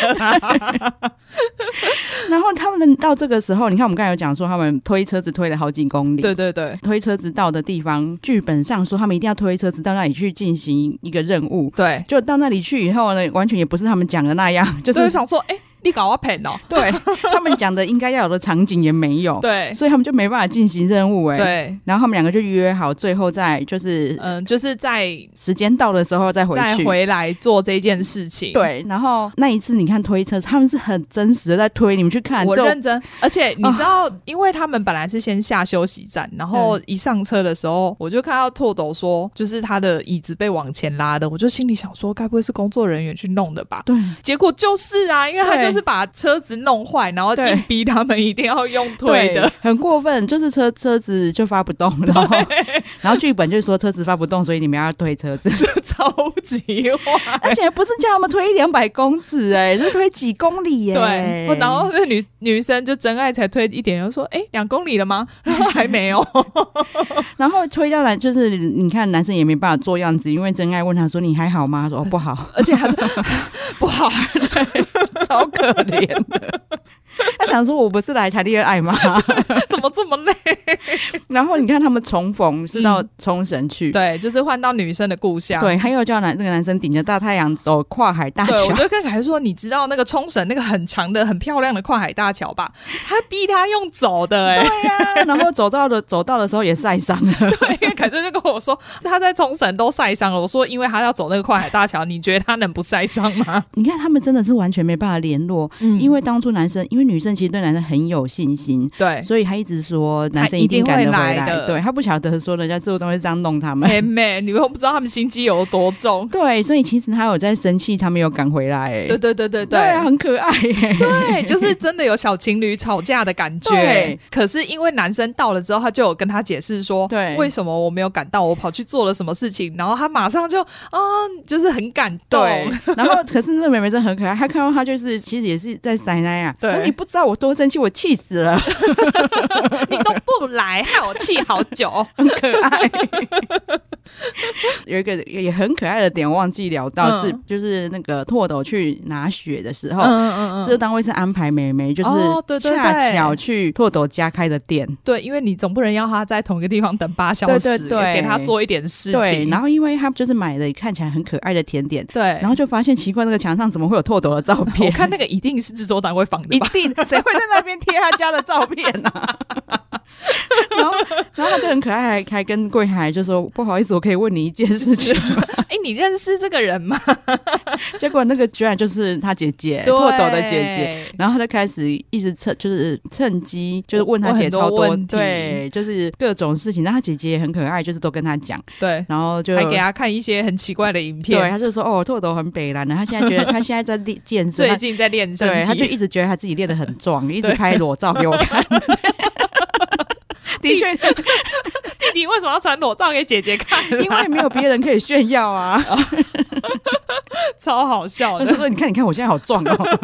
Speaker 1: 然后他们到这个时候，你看我们刚才有讲说他们推车子推了好几公里，
Speaker 2: 对对对
Speaker 1: 推车子到的地方，剧本上说他们一定要推车子到那里去进行一个任务，
Speaker 2: 对，
Speaker 1: 就到那里去以后呢，完全也不是他们讲的 那样，就
Speaker 2: 就是是想说，哎，你搞我骗哦。
Speaker 1: 对他们讲的应该要有的场景也没有，
Speaker 2: 对
Speaker 1: 所以他们就没办法进行任务、哎，。
Speaker 2: 对，
Speaker 1: 然后他们两个就约好，最后再就是
Speaker 2: 嗯，就是在
Speaker 1: 时间到的时候再回
Speaker 2: 再
Speaker 1: 去。
Speaker 2: 回来做这件事情。。
Speaker 1: 对，然后那一次你看推车，他们是很真实的在推，你们去看，
Speaker 2: 我
Speaker 1: 就啊
Speaker 2: 认真，而且你知道，因为他们本来是先下休息站，然后
Speaker 1: 嗯
Speaker 2: 一上车的时候，我就看到拓斗说，就是他的椅子被往前拉的，我就心里想说，该不会是工作人员去弄的吧？
Speaker 1: 对
Speaker 2: 结果就是啊，因为他
Speaker 1: 对
Speaker 2: 就是把车子弄坏，然后
Speaker 1: 对
Speaker 2: 硬逼他们一定要用推的，
Speaker 1: 很过分，就是车车子就发不动，然后 然后剧本就说车子发不动，所以你们要推车子，
Speaker 2: 超级坏。
Speaker 1: 而且不是叫他们推一两百公尺、 哎，是推几公里耶、
Speaker 2: 对，然后那女女生就真爱才推一点，就说：“哎，两公里了吗？” 然后还没有。
Speaker 1: 然后推到来就是你看男生也没办法做样子，因为真爱问他说你还好吗？他说哦不 好，
Speaker 2: 而且他就 不好，
Speaker 1: 超可怜的。 他想说我不是来谈恋爱吗？
Speaker 2: 怎么这么累？
Speaker 1: 然后你看他们重逢是到
Speaker 2: 嗯
Speaker 1: 冲绳去，
Speaker 2: 对，就是换到女生的故乡。
Speaker 1: 对，还有叫男那个男生顶着大太阳走跨海大
Speaker 2: 对，
Speaker 1: 桥
Speaker 2: 我， 就跟凯说，你知道那个冲绳那个很长的、很漂亮的跨海大桥吧？他逼他用走的、欸，
Speaker 1: 对呀、啊然后走到的走到的时候也晒伤了，
Speaker 2: 对，因为凯特就跟我说，他在冲绳都晒伤了。我说，因为他要走那个跨海大桥，你觉得他能不晒伤吗？
Speaker 1: 你看他们真的是完全没办法联络，
Speaker 2: 嗯
Speaker 1: 因为当初男生因为女生其实对男生很有信心。
Speaker 2: 对。
Speaker 1: 所以他一直说男生
Speaker 2: 他一
Speaker 1: 定
Speaker 2: 定
Speaker 1: 赶得回
Speaker 2: 会来的
Speaker 1: 对他不晓得说人家这个东西这样弄他们，
Speaker 2: 妹妹，你又不知道他们心机有多重。
Speaker 1: 对，所以其实他有在生气，他没有赶回来、哎
Speaker 2: 对对对对
Speaker 1: 对啊，很 可爱、耶。
Speaker 2: 对， 就是真的有小情侣吵架的感觉
Speaker 1: 对。
Speaker 2: 可是因为男生到了之后，他就有跟他解释说，
Speaker 1: 对
Speaker 2: 为什么我没有赶到，我跑去做了什么事情，然后他马上就，嗯，就是很感动。
Speaker 1: 对，然后可是那个妹妹真的很可爱，她看到她就是其实也是在塞奶啊。
Speaker 2: 对
Speaker 1: 她说你不知道我多生气，我气死了，
Speaker 2: 你都不来，害我气好 久。
Speaker 1: 很可爱。 有一个也很可爱的点忘记聊到、
Speaker 2: 嗯
Speaker 1: 是，就是那个拓斗去拿雪的时候。
Speaker 2: 嗯嗯
Speaker 1: 这个单位是安排美眉，就是
Speaker 2: 哦对对
Speaker 1: 恰
Speaker 2: 对
Speaker 1: 巧去拓斗家开的店，
Speaker 2: 对，因为你总不能要他在同一个地方等八小
Speaker 1: 对
Speaker 2: 时，
Speaker 1: 对对
Speaker 2: 也给他做一点事情。
Speaker 1: 对，然
Speaker 2: 后
Speaker 1: 后因为她就是买了看起来很可爱的甜点，
Speaker 2: 对，
Speaker 1: 然后就发现奇怪，那个墙上怎么会有拓斗的照片？
Speaker 2: 我看那个一定是制作单位放的
Speaker 1: 一
Speaker 2: 吧？
Speaker 1: 定 的，谁会在那边贴他家的照片呢、啊？ 然后，然后他就很可爱，还还跟柜台就说：“不好意思，我可以问你一件事情。
Speaker 2: 哎，你认识这个人吗？”
Speaker 1: 结果那个居然就是他姐姐，
Speaker 2: 对
Speaker 1: 拓斗的姐姐。。然后他就开始一直趁，就是趁机，就是问他姐超多
Speaker 2: 问很多问题
Speaker 1: 对，就是各种事情。然后他姐姐也很可爱，就是都跟他讲，
Speaker 2: 对，
Speaker 1: 然后就
Speaker 2: 还给他看一些很奇怪的影
Speaker 1: 对，
Speaker 2: 片。
Speaker 1: 他就说哦，拓斗很北蓝的，他现在觉 得他现在在练健身，
Speaker 2: 最
Speaker 1: 他
Speaker 2: 近在练身
Speaker 1: 对，
Speaker 2: 体，
Speaker 1: 他就一直觉得他自己练得很壮， 一直拍裸照给我看。的确，
Speaker 2: 弟弟为 什么要传裸照给姐姐看？
Speaker 1: 因为没有别人可以炫耀啊。
Speaker 2: 超好笑
Speaker 1: 我就
Speaker 2: 的。
Speaker 1: 说你看，你看，我现在好壮 哦，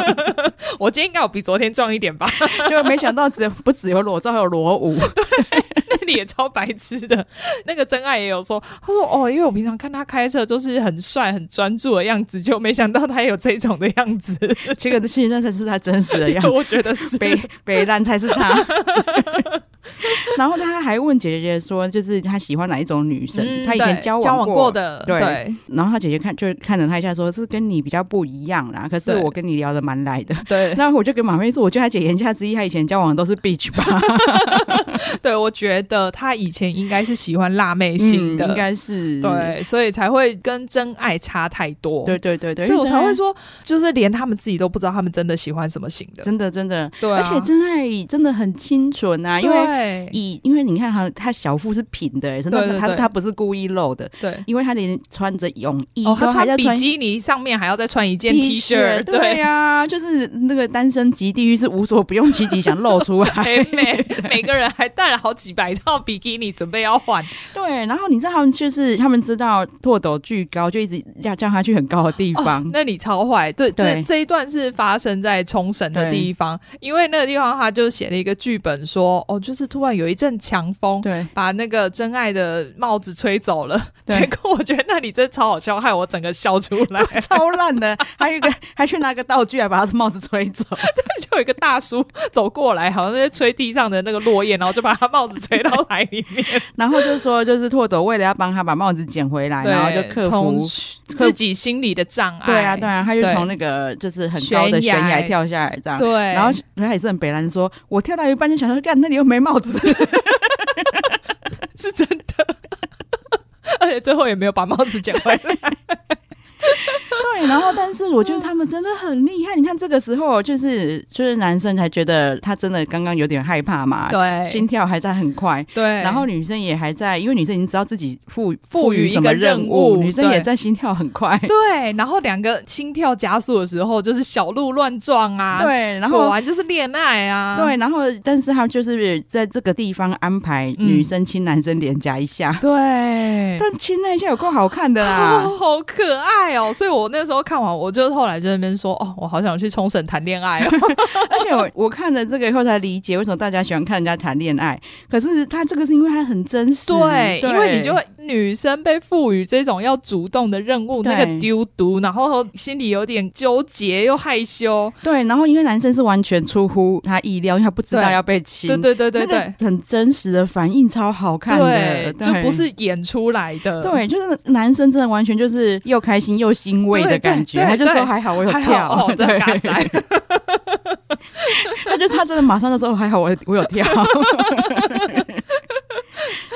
Speaker 2: 我今天应该有比昨天壮一点吧，
Speaker 1: 就没想到只有不只有裸照，还有裸舞。
Speaker 2: 那里也超白痴的。那个真爱也有说，他说哦，因为我平常看他开车都是很帅、很专注的样子，就没想到他也有这种的样子。
Speaker 1: 结果其实那才是他真实的样子，
Speaker 2: 我觉得是
Speaker 1: 北北兰才是他。 然后他还问姐姐说，就是他喜欢哪一种女生？
Speaker 2: 嗯
Speaker 1: 他以前
Speaker 2: 对
Speaker 1: 交
Speaker 2: 交
Speaker 1: 往
Speaker 2: 过。的，
Speaker 1: 对
Speaker 2: 对
Speaker 1: 然后他姐姐看就看了他一下说，是跟你比较不一样啦。可是
Speaker 2: 对
Speaker 1: 我跟你聊的蛮来的。
Speaker 2: 对
Speaker 1: 那我就跟马妹说，我觉得他姐言下之意，他以前交往的都是 beach 吧，
Speaker 2: 对，我觉得他以前应该是喜欢辣妹型的，
Speaker 1: 嗯应该是。
Speaker 2: 对，所以才会跟真爱差太多。
Speaker 1: 对对对对，
Speaker 2: 所以
Speaker 1: 因
Speaker 2: 我
Speaker 1: 为真
Speaker 2: 才
Speaker 1: 爱
Speaker 2: 会说，就是连他们自己都不知道他们真的喜欢什么型的。
Speaker 1: 真的真的，
Speaker 2: 对啊、
Speaker 1: 而且真爱真的很清纯啊，因为
Speaker 2: 对
Speaker 1: 以因为你看他他小腹是平的、欸，真
Speaker 2: 对
Speaker 1: 的
Speaker 2: 对
Speaker 1: 他
Speaker 2: 对
Speaker 1: 他不是故意露的，
Speaker 2: 对。
Speaker 1: 因为他连穿着泳衣
Speaker 2: 哦，
Speaker 1: 都
Speaker 2: 他
Speaker 1: 还
Speaker 2: 穿
Speaker 1: 在
Speaker 2: 比
Speaker 1: 穿
Speaker 2: 基尼，上面还要再穿一件 T 恤，
Speaker 1: 对
Speaker 2: 对，啊
Speaker 1: 呀、就是那个单身级地狱是无所不用其极，想露出 来。
Speaker 2: 美美，每个人还带了好几百套比基尼，准备要换。
Speaker 1: 对，然后你知道他们就是他们知道拓斗巨高，就一直要叫他去很高的地方。
Speaker 2: 哦那里超坏。对，这
Speaker 1: 对
Speaker 2: 这一段是发生在冲绳的地方，因为那个地方他就写了一个剧本说，哦，就是突然有一阵强风。
Speaker 1: 对，
Speaker 2: 把那个真爱的帽子吹走了，
Speaker 1: 对
Speaker 2: 结果我觉得那里真的超好笑，害我整个笑出来。
Speaker 1: 超烂的，还有一个还去拿个道具来把他的帽子吹走。
Speaker 2: 就有一个大叔走过来，好像在吹地上的那个落叶，然后就把他帽子吹到海里面。
Speaker 1: 然后就说，就是拓斗为了要帮他把帽子捡回来，然后就克服
Speaker 2: 从。自己心里的障碍。
Speaker 1: 对啊，对啊，他就
Speaker 2: 对
Speaker 1: 从那个就是很高的悬
Speaker 2: 悬崖
Speaker 1: 崖跳下来，这样。
Speaker 2: 对
Speaker 1: 啊然后他也是 很北兰说，我跳到一半就想说，干那里又没帽子，
Speaker 2: 是真的。而且最后也没有把帽子捡回来，
Speaker 1: 对，然后但是我觉得他们真的很厉害。你看这个时候，就是就是男生才觉得他真的刚刚有点害怕嘛，心
Speaker 2: 对
Speaker 1: 跳还在很快。
Speaker 2: 对，
Speaker 1: 然后女生也还在，因为女生已经知道自己赋
Speaker 2: 赋
Speaker 1: 赋
Speaker 2: 予
Speaker 1: 予
Speaker 2: 一
Speaker 1: 什
Speaker 2: 个
Speaker 1: 么任
Speaker 2: 任务
Speaker 1: 务，女生
Speaker 2: 对
Speaker 1: 也在心跳很快。
Speaker 2: 对，然后两个心跳加速的时候，就是小鹿乱撞啊，，
Speaker 1: 对，然
Speaker 2: 果
Speaker 1: 后
Speaker 2: 然就是恋爱啊，
Speaker 1: 对，然后但是他就是在这个地方安排
Speaker 2: 嗯
Speaker 1: 女生亲男生脸颊一下，
Speaker 2: 对。
Speaker 1: 但亲那一下有够好看的 啦。
Speaker 2: 哦，好可爱哦！所以我那时候看完，我就后来就在那边说，哦，我好想去冲绳谈恋爱哦。
Speaker 1: 而且我我看了这个以后才理解为什么大家喜欢看人家谈恋爱，可是他这个是因为他很真实，
Speaker 2: 对，因为你就会女生被赋予这种要主动的任务，
Speaker 1: 对
Speaker 2: 那个丢毒，然后心里有点纠结又害羞。
Speaker 1: 对，然后因为男生是完全出乎他意料，因为他不知道
Speaker 2: 对
Speaker 1: 要被亲，
Speaker 2: 对对对对对，
Speaker 1: 那个很真实的反应超好看的，
Speaker 2: 对，
Speaker 1: 对
Speaker 2: 就不。是演出来的。
Speaker 1: 对，就是男生真的完全就是又开心又欣慰的感觉，
Speaker 2: 对对
Speaker 1: 他就
Speaker 2: 对
Speaker 1: 说还好我有
Speaker 2: 还好
Speaker 1: 跳，
Speaker 2: 哦，这
Speaker 1: 对，
Speaker 2: 嘎仔。
Speaker 1: 他就是他真的马上就说还好我我有跳，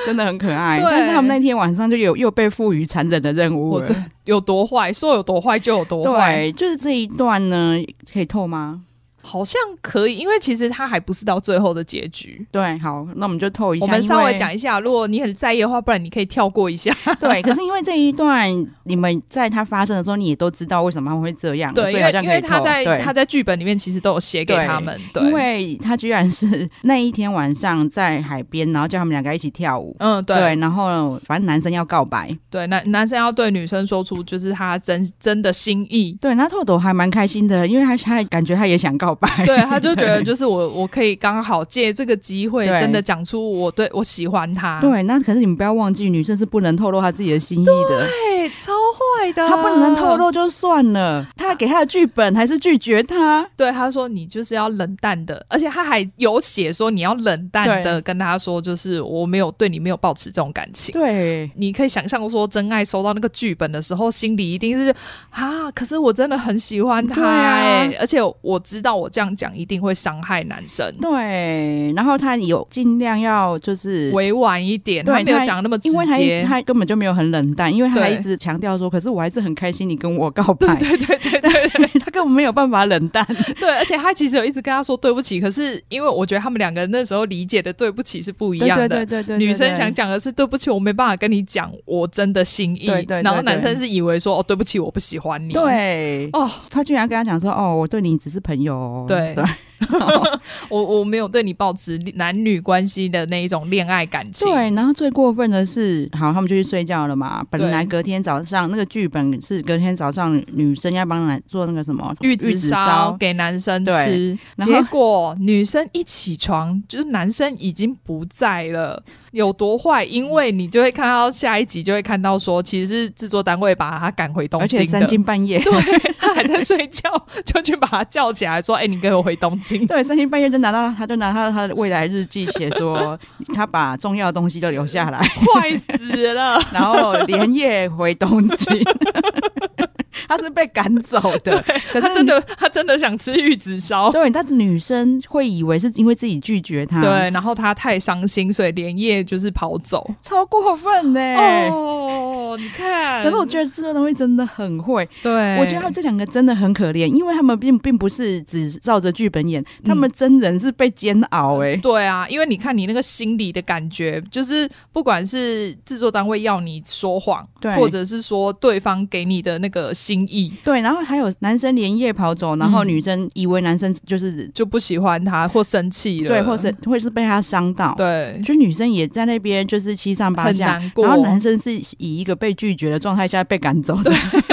Speaker 1: 真的很可爱。
Speaker 2: 对
Speaker 1: 但是他们那天晚上就有又被赋予残忍的任务
Speaker 2: 我
Speaker 1: 了，
Speaker 2: 真有多坏，说有多坏就有多坏，
Speaker 1: 对，就是这一段呢可以透吗？
Speaker 2: 好像可以，因为其实他还不是到最后的结局。
Speaker 1: 对，好，那我们就透一下，
Speaker 2: 我们稍
Speaker 1: 因
Speaker 2: 微
Speaker 1: 为哦
Speaker 2: 讲一下，如果你很在意的话，不然你可以跳过一下。
Speaker 1: 对，可是因为这一段，你们在它发生的时候，你也都知道为什么他们会这样，
Speaker 2: 对，
Speaker 1: 所
Speaker 2: 因
Speaker 1: 以好
Speaker 2: 为
Speaker 1: 像
Speaker 2: 因
Speaker 1: 可以
Speaker 2: 为他
Speaker 1: 透
Speaker 2: 在
Speaker 1: 对
Speaker 2: 他在剧本里面其实都有写给
Speaker 1: 对
Speaker 2: 他们，对，
Speaker 1: 因为他居然是那一天晚上在海边，然后叫他们两个一起跳舞。
Speaker 2: 嗯，对
Speaker 1: 然后反正男生要告白，。
Speaker 2: 对，男男生要对女生说出就是他真真的心意
Speaker 1: 对，那拓斗还蛮开心的，因为他他也感觉他也想告白，
Speaker 2: 对，他就 觉得就是我，我可以刚好借这个机会，
Speaker 1: 对
Speaker 2: 真的讲出我对我喜欢他。
Speaker 1: 对，那可是你们不要忘记，女生是不能透露她自己的心意的，
Speaker 2: 对，啊超坏的，
Speaker 1: 她不能透。露就算了，他还给他的剧本还是拒绝他，
Speaker 2: 对，他说你就是要冷淡的，而且他还有写说你要冷淡的跟他说，就是我没有对你没有抱持这种感情。
Speaker 1: 对，
Speaker 2: 你可以想象说，真爱收到那个剧本的时候，心里一定是啊，可是我真的很喜欢他
Speaker 1: 对啊
Speaker 2: 哎、而且我知道我这样讲一定会伤害男生，
Speaker 1: 对，然后他有尽量要就是
Speaker 2: 委婉一点，
Speaker 1: 对
Speaker 2: 他没有
Speaker 1: 他
Speaker 2: 讲那么直
Speaker 1: 因为他一
Speaker 2: 接。
Speaker 1: 他根本就没有很冷淡，因为他
Speaker 2: 对
Speaker 1: 还一直强调说，可是我还是很开心你跟我告白，
Speaker 2: 对对对对
Speaker 1: 他根本没有办法冷淡。
Speaker 2: 对，而且他其实有一直跟他说对不起，可是因为我觉得他们两个那时候理解的对不起是不一
Speaker 1: 对
Speaker 2: 样的，
Speaker 1: 对对对对，
Speaker 2: 女生想
Speaker 1: 对
Speaker 2: 讲的是对不起，我没办法跟你讲我真的心意。
Speaker 1: 对对对
Speaker 2: 然后男生是以为说哦，对不起，我不喜欢你。
Speaker 1: 对。
Speaker 2: 哦，
Speaker 1: 他居然跟他讲说：“哦，我对你只是朋友、哦。
Speaker 2: 对
Speaker 1: 对，
Speaker 2: 我我没有对你抱持男女关系的那一种恋爱感情。
Speaker 1: 对，然后最过分的是，好，他们就去睡觉了嘛。本来隔天早上那个剧本是隔天早上女生要帮男做那个什么
Speaker 2: 玉子烧
Speaker 1: 烧，
Speaker 2: 给男生吃
Speaker 1: 对，然后
Speaker 2: 结果女生一起床，就是男生已经不在了，有多坏？因为你就会看到下一集，就会看到说，其实是制作单位把他赶回东
Speaker 1: 而且
Speaker 2: 京
Speaker 1: 三
Speaker 2: 的，
Speaker 1: 更半夜，
Speaker 2: 他还在睡觉，就去把他叫起来说：“哎、你给我回东 京。”
Speaker 1: 对，三更半夜就拿到，他就拿到他的未来日记写说， 他把重要的东西都留下来，
Speaker 2: 坏死了！
Speaker 1: 然后连夜回东京。 他是被赶走的，可
Speaker 2: 他
Speaker 1: 是
Speaker 2: 真的，哦他真的想吃玉子烧。
Speaker 1: 对，但女生会以为是因为自己拒绝他，，
Speaker 2: 对，然后他太伤心，所以连夜就是跑走。
Speaker 1: 超过分呢、
Speaker 2: 哦，你看，
Speaker 1: 哎可是我觉得制作单位真的很会，
Speaker 2: 对，
Speaker 1: 我觉得他们这两个真的很可怜，因为他们并并不是只照着剧本演，他
Speaker 2: 嗯
Speaker 1: 们真人是被煎熬哎、
Speaker 2: 对啊，因为你看你那个心里的感觉，就是不管是制作单位要你说谎，
Speaker 1: 对
Speaker 2: 或者是说对方给你的那个心意。
Speaker 1: 对，然后还有男生连夜跑走，然后
Speaker 2: 嗯
Speaker 1: 女生以为男生就是、
Speaker 2: 就不喜欢他或生气了，
Speaker 1: 对，或是或是被他伤到，
Speaker 2: 对
Speaker 1: 就女生也在那边就是七上八
Speaker 2: 很
Speaker 1: 下，
Speaker 2: 难过，
Speaker 1: 然后男生是以一个被拒绝的状态下被赶走的，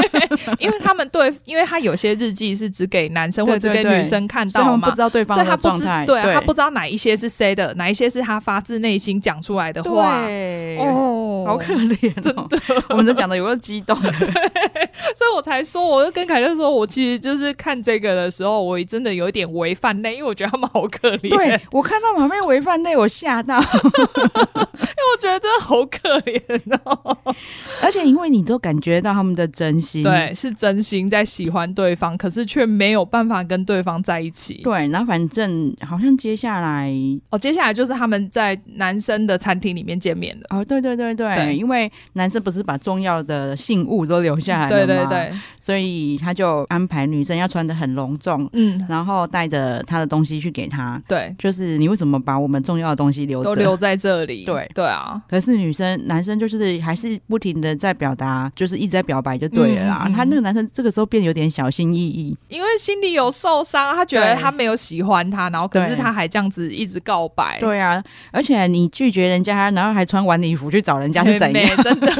Speaker 2: 因为他们对，因为他有些日记是只给男生或
Speaker 1: 对
Speaker 2: 只
Speaker 1: 对
Speaker 2: 给
Speaker 1: 对
Speaker 2: 女生看
Speaker 1: 所以他
Speaker 2: 到
Speaker 1: 们不
Speaker 2: 嘛
Speaker 1: 知，道对方
Speaker 2: 所以他
Speaker 1: 的
Speaker 2: 不
Speaker 1: 状
Speaker 2: 知
Speaker 1: 态，
Speaker 2: 对啊他不知道哪一些是谁的，哪一些是他发自内心讲出来的话。
Speaker 1: 对，
Speaker 2: 哦
Speaker 1: 好可怜、哦，真的，我们这讲的有个激动的，
Speaker 2: 所以我才说，我就跟凯特说，我其实就是看这个的时候，我真的有一点违犯内，因为我觉得他们好可怜，哦因
Speaker 1: 对我看到马妹违反内，我吓到。
Speaker 2: 为我觉得真的好可怜哦。
Speaker 1: 而且因为你都感觉到他们的真心，
Speaker 2: 对，是真心在喜欢对方，可是却没有办法跟对方在一起。
Speaker 1: 对，然后反正好像接下来
Speaker 2: 哦，接下来就是他们在男生的餐厅里面见面了。
Speaker 1: 哦，对对对对，
Speaker 2: 对
Speaker 1: 因为男生不是把重要的信物都留下来
Speaker 2: 对
Speaker 1: 了
Speaker 2: 对
Speaker 1: 吗，
Speaker 2: 对，
Speaker 1: 所以他就安排女生要穿的很隆重，
Speaker 2: 嗯，
Speaker 1: 然后带着他的东西去给他，
Speaker 2: 对，
Speaker 1: 就是你为什么把我们重要的东西留
Speaker 2: 都
Speaker 1: 着？
Speaker 2: 留在这里。
Speaker 1: 对
Speaker 2: 对啊，
Speaker 1: 可是女生、男生就是还是不停的在表达，就是一直在表白就对了啦。
Speaker 2: 嗯嗯嗯
Speaker 1: 他那个男生这个时候变得有点小心翼翼，
Speaker 2: 因为心里有受伤，他觉得
Speaker 1: 对
Speaker 2: 他没有喜欢他，然后可
Speaker 1: 对
Speaker 2: 是他还这样子一直告白。
Speaker 1: 对啊，而且你拒绝人家，然后还穿晚礼服去找人家
Speaker 2: 很
Speaker 1: 是怎
Speaker 2: 美
Speaker 1: 样？
Speaker 2: 真的，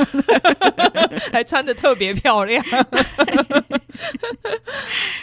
Speaker 2: 还穿的特别漂亮。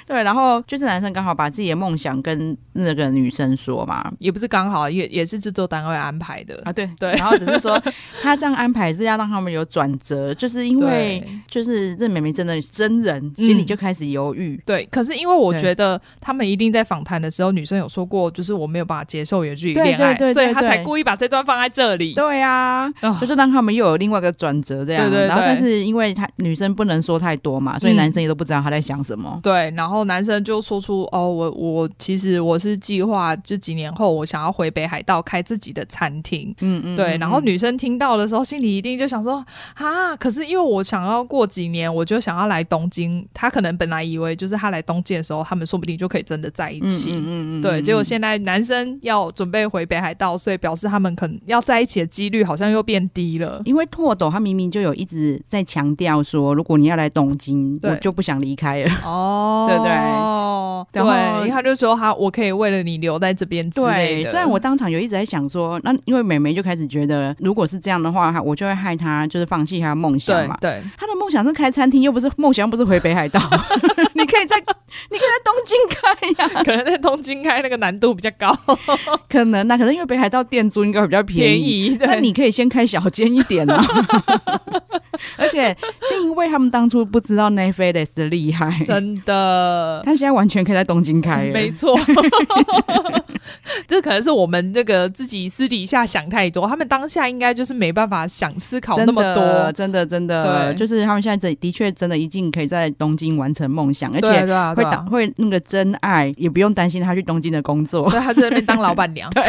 Speaker 1: 对，然后就是男生刚好把自己的梦想跟那个女生说嘛。
Speaker 2: 也不是刚好，也也是制作单位安排的。
Speaker 1: 啊，对
Speaker 2: 对
Speaker 1: 然后只是说他这样安排是要让他们有转折，就是因为
Speaker 2: 对
Speaker 1: 就是这妹妹真的真人，心里就开始犹豫。
Speaker 2: 对，可是因为我
Speaker 1: 对
Speaker 2: 觉得他们一定在访谈的时候，女生有说过，就是我没有办法接受远距离
Speaker 1: 对
Speaker 2: 恋爱，
Speaker 1: 对对
Speaker 2: 所以
Speaker 1: 对
Speaker 2: 他才
Speaker 1: 对
Speaker 2: 故意把这段放在这里。
Speaker 1: 对啊，
Speaker 2: 啊
Speaker 1: 就是让他们又有另外一个转折这样。
Speaker 2: 对对
Speaker 1: 然后
Speaker 2: 对
Speaker 1: 但是因为他女生不能说太多嘛，所以
Speaker 2: 嗯
Speaker 1: 男生也都不知道他在想什么。
Speaker 2: 对，然后男生就说出哦，我我其实我是计划就几年后我想要回北海道开自己的餐厅，
Speaker 1: 嗯嗯，
Speaker 2: 对，
Speaker 1: 嗯
Speaker 2: 然后
Speaker 1: 嗯
Speaker 2: 女生听到的时候心里一定就想说啊，可是因为我想要过几年我就想要来东京，他可能本来以为就是他来东京的时候，他们说不定就可以真的在一起，
Speaker 1: 嗯
Speaker 2: 对，结果现在男生要准备回北海道，所以表示他们可能要在一起的几率好像又变 低了。
Speaker 1: 因为拓斗他明明就有一直在强调说，如果你要来东京，
Speaker 2: 对
Speaker 1: 我就不想离开了。
Speaker 2: 哦
Speaker 1: 对对然
Speaker 2: 对
Speaker 1: 后
Speaker 2: 对，因为他就说他我可以为了你留在这边之类
Speaker 1: 对，
Speaker 2: 的。
Speaker 1: 虽然我当场有一直在想说，那因为美眉就开始觉得，如果是这样的话，我就会害她，就是放弃她的梦想
Speaker 2: 对
Speaker 1: 嘛。
Speaker 2: 对，
Speaker 1: 她的梦想是开餐厅，又不是梦想，不是回北海 道。你可以在，你可以在东京开呀、
Speaker 2: 可能在东京开那个难度比较高，
Speaker 1: 可能那、可能因为北海道店租应该会比较
Speaker 2: 便宜。
Speaker 1: 那
Speaker 2: 对，
Speaker 1: 你可以先开小间一点 啊。而且是因为他们当初不知道 Netflix 的厉害，
Speaker 2: 真的
Speaker 1: 他现在完全可以在东京开了。
Speaker 2: 没错， 这可能是我们这个自己私底下想太多，他们当下应该就是没办法想思考那么多。
Speaker 1: 真的真的，
Speaker 2: 对
Speaker 1: 就是他们现在的的确真的已经可以在东京完成梦想，而
Speaker 2: 对啊
Speaker 1: 且
Speaker 2: 对啊，
Speaker 1: 会
Speaker 2: 对
Speaker 1: 打
Speaker 2: 啊，
Speaker 1: 会那个真 爱，也不用担心他去东京的工作。
Speaker 2: 对，他就在那边当老板娘。
Speaker 1: 对，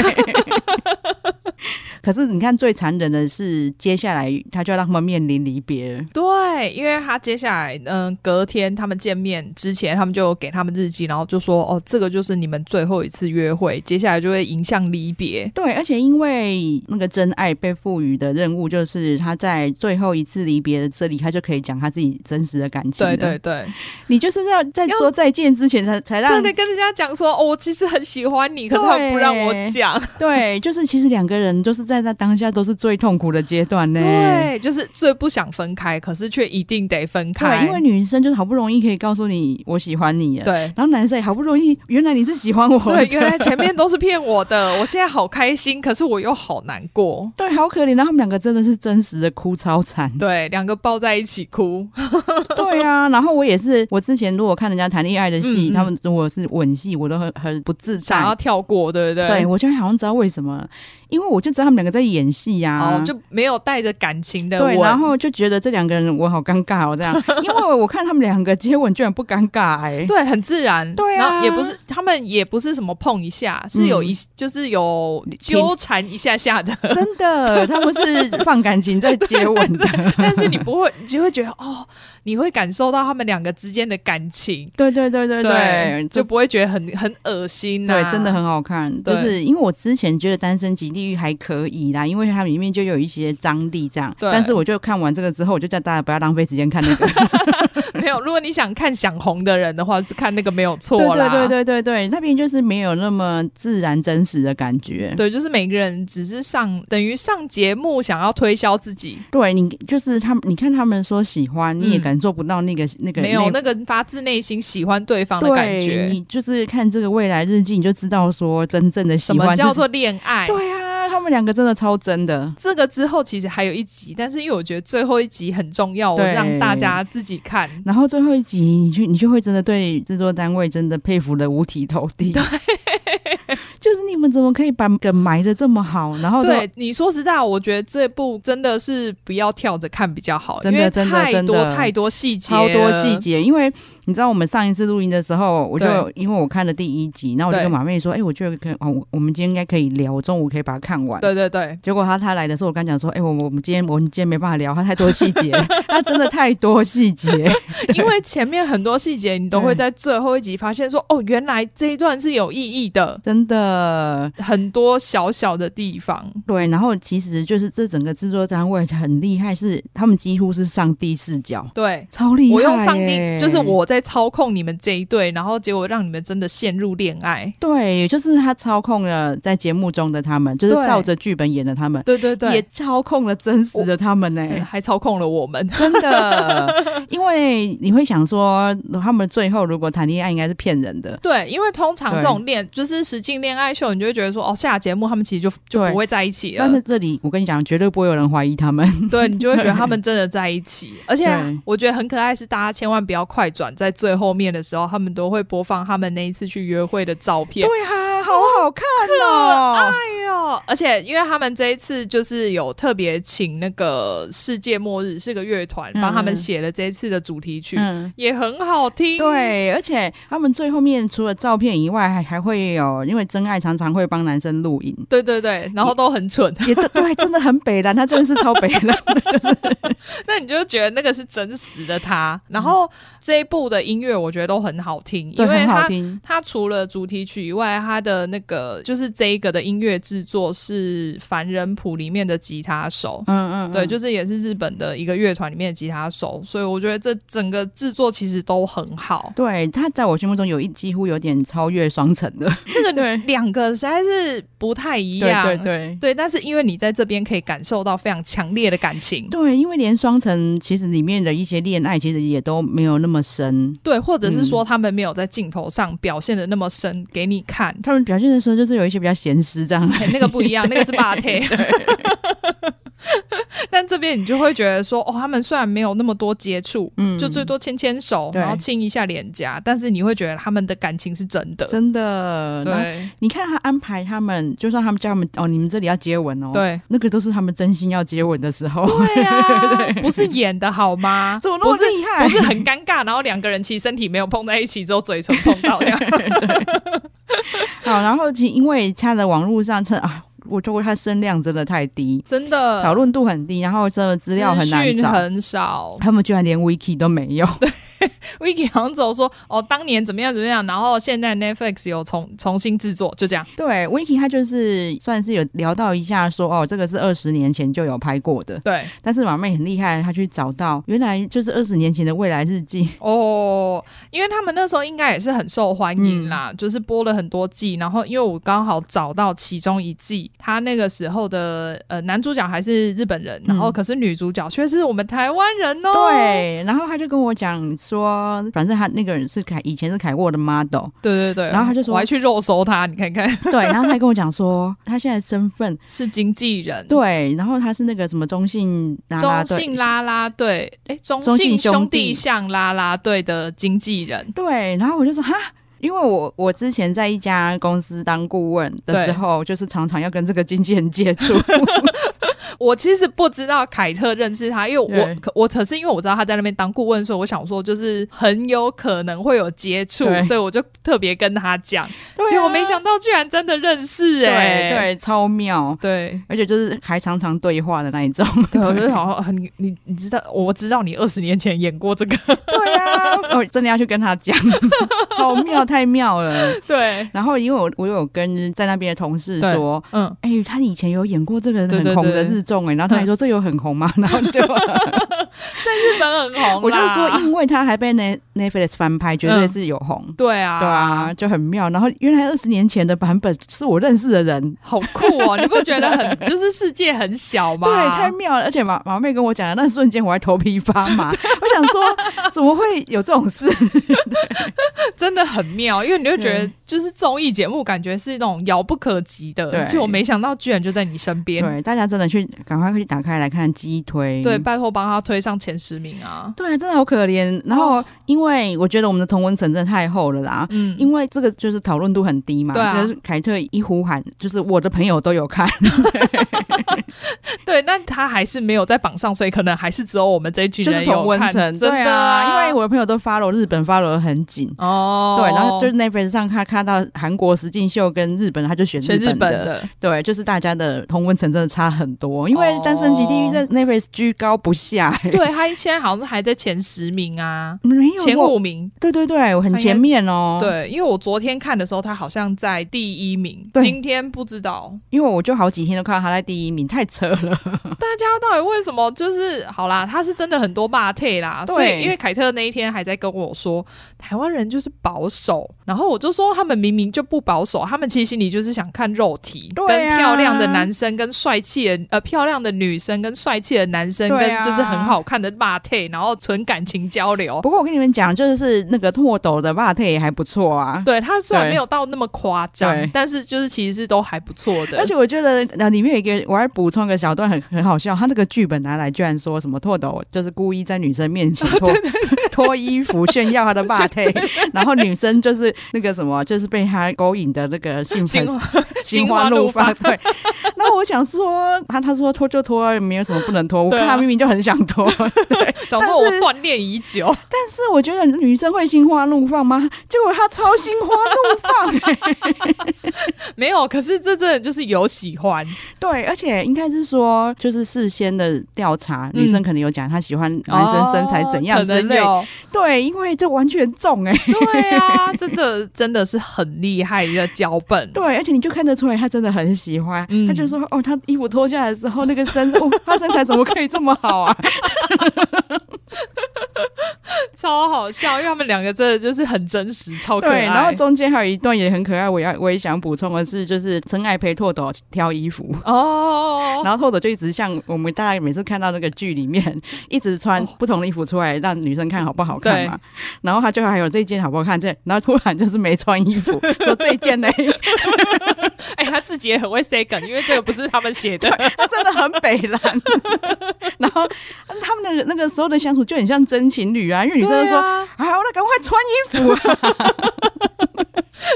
Speaker 1: 可是你看，最残忍的是，接下来他就要让他们面临离别了。
Speaker 2: 对，因为他接下来，嗯，隔天他们见面之前，他们就给他们日记，然后就说，哦，这个就是你们最后一次约会，接下来就会迎向离别。
Speaker 1: 对，而且因为那个真爱被赋予的任务，就是他在最后一次离别的这里，他就可以讲他自己真实的感情了。
Speaker 2: 对对对，
Speaker 1: 你就是要在说再见之前才才让
Speaker 2: 真的跟人家讲说，哦，我其实很喜欢你，可是他们不让我讲。
Speaker 1: 对，就是其实两个人就是在那当下都是最痛苦的阶段呢。
Speaker 2: 对，就是最不想分开，可是却一定得分开，
Speaker 1: 对，因为女生就是好不容易可以告诉你我喜欢你了，
Speaker 2: 对
Speaker 1: 然后男生也好不容易，原来你是喜欢我的，
Speaker 2: 对，原来前面都是骗 我的，我现在好开心，可是我又好难过。
Speaker 1: 对，好可怜。然后他们两个真的是真实的哭超惨。
Speaker 2: 对，两个抱在一起哭，
Speaker 1: 对啊，然后我也是，我之前如果看人家谈恋爱的戏，
Speaker 2: 嗯嗯
Speaker 1: 他们如果是吻戏，我都很很不自
Speaker 2: 想要
Speaker 1: 在。
Speaker 2: 跳过，对不对？
Speaker 1: 对，我现在好像知道为什么，因为我就知道他们两个在演戏呀、
Speaker 2: 哦，就没有带着感情的
Speaker 1: 啊对，
Speaker 2: 吻
Speaker 1: 然后就觉得这两个人我好尴尬哦， 这样，因为我看他们两个接吻居然不尴尬哎、
Speaker 2: 对，很自然，
Speaker 1: 对啊嗯
Speaker 2: 然后也不是他们也不是什么碰一下，是有一、就是有纠缠一下下的，
Speaker 1: 真的，他们是放感情在接吻的，
Speaker 2: 但是你不会，你就会觉得哦，你会感受到他们两个之间的感情，
Speaker 1: 对对对对对，
Speaker 2: 就不会觉得很很恶心、啊，
Speaker 1: 对，真的很好看。就
Speaker 2: 对
Speaker 1: 是因为我之前觉得《单身级地狱》还可以啦，因为它里面就有一些张力这样。
Speaker 2: 对
Speaker 1: 但是我就看完这个之后，我就叫大家不要浪费时间看那 个。
Speaker 2: 没有。如果你想看想红的人的话，是看那个没有错
Speaker 1: 对
Speaker 2: 啦，
Speaker 1: 对对对对对，那边就是没有那么自然真实的感觉。
Speaker 2: 对就是每个人只是上等于上节目想要推销自己，
Speaker 1: 对你就是他们，你看他们说喜欢，你也
Speaker 2: 嗯
Speaker 1: 感受不到那个、那个
Speaker 2: 没有
Speaker 1: 那
Speaker 2: 那个发自内心喜欢对方的感
Speaker 1: 对，
Speaker 2: 觉。
Speaker 1: 你就是看这个未来日记，你就知道说真正的
Speaker 2: 什
Speaker 1: 喜
Speaker 2: 么
Speaker 1: 欢是
Speaker 2: 叫做恋爱？
Speaker 1: 对啊，他们两个真的超真的。
Speaker 2: 这个之后其实还有一集，但是因为我觉得最后一集很重要，我
Speaker 1: 对
Speaker 2: 让大家自己看。
Speaker 1: 然后最后一集，你就你就会真的对制作单位真的佩服的五体投地。对， 就是你们怎么可以把梗埋的这么好？然后都
Speaker 2: 对，你说实在，我觉得这部真的是不要跳着看比较好，
Speaker 1: 真的
Speaker 2: 因为
Speaker 1: 真的
Speaker 2: 太
Speaker 1: 真
Speaker 2: 多
Speaker 1: 的
Speaker 2: 太多细节，
Speaker 1: 超多细。节，因为你知道我们上一次录音的时候，我就
Speaker 2: 对
Speaker 1: 因为我看了第一集，然后我就
Speaker 2: 对
Speaker 1: 跟马妹说：“哎、我觉得可以，哦，我我们今天应该可以聊，我中午可以把它看完。”
Speaker 2: 对对对，
Speaker 1: 结果他他来的时候，我刚讲说：“哎、我我们今天我们今天没办法聊，他太多细节， 他真的太多细节。
Speaker 2: 因为前面很多细节，你都会
Speaker 1: 嗯
Speaker 2: 在最后一集发现说，哦，原来这一段是有意义的”，
Speaker 1: 真的，
Speaker 2: 很多小小的地方。
Speaker 1: 对，然后其实就是这整个制作单位很厉害，是他们几乎是上帝视角，
Speaker 2: 对，
Speaker 1: 超厉害耶。
Speaker 2: 我用上帝，就是我在操控你们这一对，然后结果让你们真的陷入恋爱。
Speaker 1: 对，就是他操控了在节目中的他们，就是
Speaker 2: 对
Speaker 1: 照着剧本演的他们，
Speaker 2: 对对对，
Speaker 1: 也操控了真实的他们呢、
Speaker 2: 嗯还操控了我们。
Speaker 1: 真的，因为你会想说，他们最后如果谈恋爱应该是骗人的，
Speaker 2: 对，因为通常
Speaker 1: 对
Speaker 2: 这种恋就是实境恋爱秀，你就会觉得说，哦，下节目他们其实就就
Speaker 1: 对
Speaker 2: 不会在一起
Speaker 1: 但是
Speaker 2: 了，
Speaker 1: 这里我跟你讲，绝对不会有人怀疑他们。
Speaker 2: 对你就会觉得他们真的在一 起。而且
Speaker 1: 对
Speaker 2: 我觉得很可爱是，大家千万不要快转，在最后面的时候，他们都会播放他们那一次去约会的照片。
Speaker 1: 啊，好好看 哦！
Speaker 2: 哎呦！而且因为他们这一次就是有特别请那个世界末日是个乐团
Speaker 1: 嗯
Speaker 2: 帮他们写了这一次的主题曲，
Speaker 1: 嗯，
Speaker 2: 也很好听。
Speaker 1: 对，而且他们最后面除了照片以外，还还会有，因为真爱常常会帮男生录影，
Speaker 2: 对对对，然后都很蠢，
Speaker 1: 也对，对真的很北蓝，他真的是超北蓝的，就是
Speaker 2: 那你就觉得那个是真实的他。然后这一部的音乐我觉得都很好听，
Speaker 1: 对，
Speaker 2: 因为
Speaker 1: 很好
Speaker 2: 它
Speaker 1: 听。
Speaker 2: 它除了主题曲以外，它的那个就是这一个的音乐制作是凡人谱里面的吉他手。
Speaker 1: 嗯嗯，
Speaker 2: 对，
Speaker 1: 嗯
Speaker 2: 就是也是日本的一个乐团里面的吉他手，所以我觉得这整个制作其实都很好。
Speaker 1: 对他在我心目中有一几乎有点超越双层的，
Speaker 2: 那个两个实在是不太一
Speaker 1: 对
Speaker 2: 样，
Speaker 1: 对对。
Speaker 2: 对但是因为你在这边可以感受到非常强烈的感情，
Speaker 1: 对，因为连双层其实里面的一些恋爱，其实也都没有那么深。
Speaker 2: 对，或者
Speaker 1: 嗯
Speaker 2: 是说他们没有在镜头上表现的那么深给你看，
Speaker 1: 他们表现的时候，就是有一些比较闲湿这样。
Speaker 2: 哎那个不一样，那个是霸体。 但这边你就会觉得说，哦，他们虽然没有那么多接触，
Speaker 1: 嗯
Speaker 2: 就最多牵牵手，
Speaker 1: 对
Speaker 2: 然后亲一下脸颊，但是你会觉得他们的感情是真的。
Speaker 1: 真的，然后
Speaker 2: 对
Speaker 1: 你看他安排他们，就算他们叫他们哦，你们这里要接吻哦，，
Speaker 2: 对
Speaker 1: 那个都是他们真心要接吻的时候。
Speaker 2: 对啊，不是演的好吗？
Speaker 1: 哦怎么那
Speaker 2: 不
Speaker 1: 么
Speaker 2: 是
Speaker 1: 厉害？
Speaker 2: 不是很尴尬，然后两个人其实身体没有碰在一起，只有嘴唇碰到这样。
Speaker 1: 好，然后其因为他的网络上称啊。我觉得它声量真的太低，
Speaker 2: 真 的
Speaker 1: 讨论度很低，然后真的资料很难
Speaker 2: 呃资讯
Speaker 1: 找，
Speaker 2: 很少。
Speaker 1: 他们居然连 wiki 都没有。
Speaker 2: Vicky 好像走说哦，当年怎么样怎么样，然后现在 Netflix 有重重新制作，就这样。
Speaker 1: 对，wiki 它就是算是有聊到一下说，哦，这个是二十年前就有拍过的，
Speaker 2: 对
Speaker 1: 但是马妹很厉害，她去找到原来就是二十年前的未来日记。
Speaker 2: 哦，因为他们那时候应该也是很受欢迎啦，
Speaker 1: 嗯
Speaker 2: 就是播了很多季。然后因为我刚好找到其中一季，他那个时候的呃男主角还是日本人，然后
Speaker 1: 嗯
Speaker 2: 可是女主角却是我们台湾人 哦。
Speaker 1: 对，然后他就跟我讲说，反正他那个人是凯，以前是凯沃的 model，
Speaker 2: 对对对，
Speaker 1: 然后他就说
Speaker 2: 我还去肉搜他，你看看
Speaker 1: 对，然后他还跟我讲说，他现在身份
Speaker 2: 是经纪人。
Speaker 1: 对，然后他是那个什么中信啦啦
Speaker 2: 中
Speaker 1: 队，
Speaker 2: 信啦啦队，哎，中
Speaker 1: 中信
Speaker 2: 信
Speaker 1: 兄
Speaker 2: 兄
Speaker 1: 弟
Speaker 2: 弟像啦啦队的经纪人，
Speaker 1: 对，然后我就说哈。因为我我之前在一家公司当顾问的时
Speaker 2: 对
Speaker 1: 候，就是常常要跟这个经纪人接触，
Speaker 2: 我其实不知道凯特认识他，因为我
Speaker 1: 对
Speaker 2: 可我可是因为我知道他在那边当顾问，所以我想说就是很有可能会有接触
Speaker 1: 对，
Speaker 2: 所以我就特别跟他讲，
Speaker 1: 对
Speaker 2: 结果
Speaker 1: 啊
Speaker 2: 没想到居然真的认识哎、
Speaker 1: 对对，超妙，
Speaker 2: 对
Speaker 1: 而且就是还常常对话的那一种。
Speaker 2: 对，我就想说很你你知道我知道你二十年前演过这个，
Speaker 1: 对啊， 我真的要去跟他讲， 好妙，太妙了。
Speaker 2: 对
Speaker 1: 然后因为我我有跟在那边的同事
Speaker 2: 对
Speaker 1: 说。
Speaker 2: 嗯。
Speaker 1: 哎、他以前有演过这个
Speaker 2: 对
Speaker 1: 很
Speaker 2: 对
Speaker 1: 红的
Speaker 2: 对
Speaker 1: 日综哎、然后他还 说这有很红吗？然后就
Speaker 2: 在日本很红，
Speaker 1: 我就说，，因为他还被 Net Netflix 翻拍，绝对
Speaker 2: 嗯
Speaker 1: 是有红，
Speaker 2: 对啊，
Speaker 1: 对啊，，就很妙。然后原来二十年前的版本是我认识的人，
Speaker 2: 好酷哦！你不觉得很就是世界很小吗？
Speaker 1: 对，太妙了。而且毛毛妹跟我讲的那瞬间，我还头皮发麻， 我想说怎么会有这种 事？
Speaker 2: 真的很妙，因为你会觉得
Speaker 1: 对
Speaker 2: 就是综艺节目感觉是那种遥不可及
Speaker 1: 对
Speaker 2: 的，就我没想到居然就在你身边。
Speaker 1: 对，大家真的去赶快去打开来看鸡推，
Speaker 2: 对，拜托帮他推上前十名啊！
Speaker 1: 对，真的好可
Speaker 2: 哦
Speaker 1: 怜。然后，因为我觉得我们的同温层真的太厚了啦，
Speaker 2: 嗯，
Speaker 1: 因为这个就是讨论度很低嘛。
Speaker 2: 对啊
Speaker 1: 就是凯特一呼喊，就是我的朋友都有看。
Speaker 2: 对，但他还是没有在榜上，所以可能还是只有我们这一群
Speaker 1: 就是
Speaker 2: 人
Speaker 1: 同
Speaker 2: 有
Speaker 1: 温
Speaker 2: 看。
Speaker 1: 层，
Speaker 2: 真
Speaker 1: 对
Speaker 2: 的
Speaker 1: 啊，因为我的朋友都 follow 日本 follow 的很紧。
Speaker 2: 我哦，
Speaker 1: 对，然后就是 Netflix 上他看到韩国实境秀跟日本，他就选
Speaker 2: 全日
Speaker 1: 本
Speaker 2: 本
Speaker 1: 的。
Speaker 2: 的，
Speaker 1: 对，就是大家的同温层真的差很多，因为《单身级地狱》在 Netflix 居高不下、欸。
Speaker 2: 哦对他现在好像是还在前十名啊，
Speaker 1: 没有
Speaker 2: 前
Speaker 1: 我
Speaker 2: 五名。
Speaker 1: 对对对，我很
Speaker 2: 他应该
Speaker 1: 前面哦。，
Speaker 2: 对，因为我昨天看的时候，他好像在第一名，
Speaker 1: 对
Speaker 2: 今天不知道。
Speaker 1: 因为我就好几天都看到他在第一名，太扯了。
Speaker 2: 大家到底为什么就是好啦？他是真的很多霸退啦，
Speaker 1: 对
Speaker 2: 所以因为凯特那一天还在跟我说，台湾人就是保守，然后我就说他们明明就不保守，他们其实心里就是想看肉体，
Speaker 1: 对啊
Speaker 2: 跟漂亮的男生，跟帅气的呃漂亮的女生，跟帅气的男生，
Speaker 1: 对啊
Speaker 2: 跟就是很好看的霸退，然后纯感情交流。
Speaker 1: 不过我跟你们讲，就是那个拓斗的袜腿也还不错啊。
Speaker 2: 对他虽然
Speaker 1: 对
Speaker 2: 没有到那么夸张
Speaker 1: 对，
Speaker 2: 但是就是其实是都还不错的，
Speaker 1: 而且我觉得呃里面有一个，我还补充个小段很很好笑，他那个剧本拿来居然说什么拓斗就是故意在女生面前 脱脱衣服炫耀他的袜腿，然后女生就是那个什么，就是被他勾引的那个兴
Speaker 2: 新
Speaker 1: 奋
Speaker 2: 心花怒
Speaker 1: 发。
Speaker 2: 放
Speaker 1: 对， 那我想说，啊他他说脱就脱，也没有什么不能脱，我
Speaker 2: 对啊
Speaker 1: 看他明明就很想 脱，
Speaker 2: 想说我锻炼已久，
Speaker 1: 但是我觉得女生会心花怒放吗？结果她超心花怒放、 欸。
Speaker 2: 没有，可是这真的就是有喜欢，
Speaker 1: 对，而且应该是说，就是事先的调查，
Speaker 2: 嗯
Speaker 1: 女生可能有讲她喜欢男生身材怎样之类。
Speaker 2: 哦
Speaker 1: 对，因为这完全中哎、
Speaker 2: 可能有对啊，真的真的是很厉害的脚本。
Speaker 1: 对，而且你就看得出来，她真的很喜欢。
Speaker 2: 嗯
Speaker 1: 她就说：“哦，她衣服脱下来的时候，那个 身，哦，她身材怎么可以这么好啊
Speaker 2: 超好笑，因为他们两个真的就是很真实，？”超可爱。
Speaker 1: 对，然后中间还有一段也很可爱，我要我也想补充的是，就是陈爱陪拓斗挑衣服。
Speaker 2: 哦，
Speaker 1: 然后拓斗就一直像我们大家每次看到那个剧里面，一直穿
Speaker 2: 哦
Speaker 1: 不同的衣服出来让女生看好不好看嘛。然后他就还有这件好不好看，这然后突然就是没穿衣服， 说这件呢，
Speaker 2: 哎、他自己也很会 say 梗，因为这个不是他们写 的，
Speaker 1: 他真的很北蓝。 然后他们那个那个时候的相处就很像真情侣啊，因为女生就说。
Speaker 2: 对啊
Speaker 1: 啊，好了，赶快穿衣服、啊！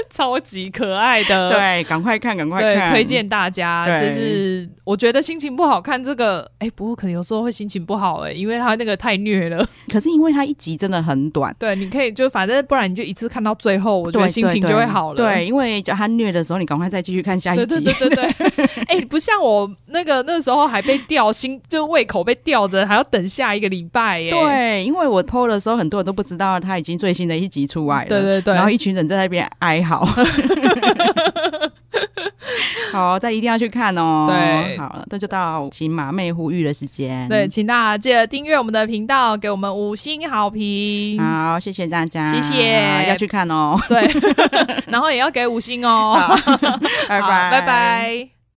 Speaker 2: 超级可爱的。
Speaker 1: 对，赶快看，赶快
Speaker 2: 呃对，
Speaker 1: 看，
Speaker 2: 推荐大家，
Speaker 1: 对
Speaker 2: 就是我觉得心情不好看这个，哎、不过可能有时候会心情不好、哎，因为它那个太虐了。
Speaker 1: 可是因为它一集真的很短，
Speaker 2: 对，你可以就反正不然你就一次看到最后，我觉得
Speaker 1: 对
Speaker 2: 心情
Speaker 1: 对
Speaker 2: 就会好了。
Speaker 1: 对，因为它虐的时候，你赶快再继续看下一集。
Speaker 2: 对对对对对， 哎、不像我那个那时候还被吊心，就胃口被吊着，还要等下一个礼拜耶。
Speaker 1: 对因为我 PO 的时候，很多人都不知道它已经最新的一集出来了。
Speaker 2: 对对对
Speaker 1: 然后一群人在那边哀嚎。好，再一定要去看哦。
Speaker 2: 对
Speaker 1: 好，那就到请马妹呼吁的时间。
Speaker 2: 对，，请大家记得订阅我们的频道，给我们五星好评。
Speaker 1: 好，谢谢大家，
Speaker 2: 谢谢
Speaker 1: 要去看哦。
Speaker 2: 对，然后也要给五星哦。
Speaker 1: 好，拜
Speaker 2: 好
Speaker 1: 拜，
Speaker 2: 拜。拜。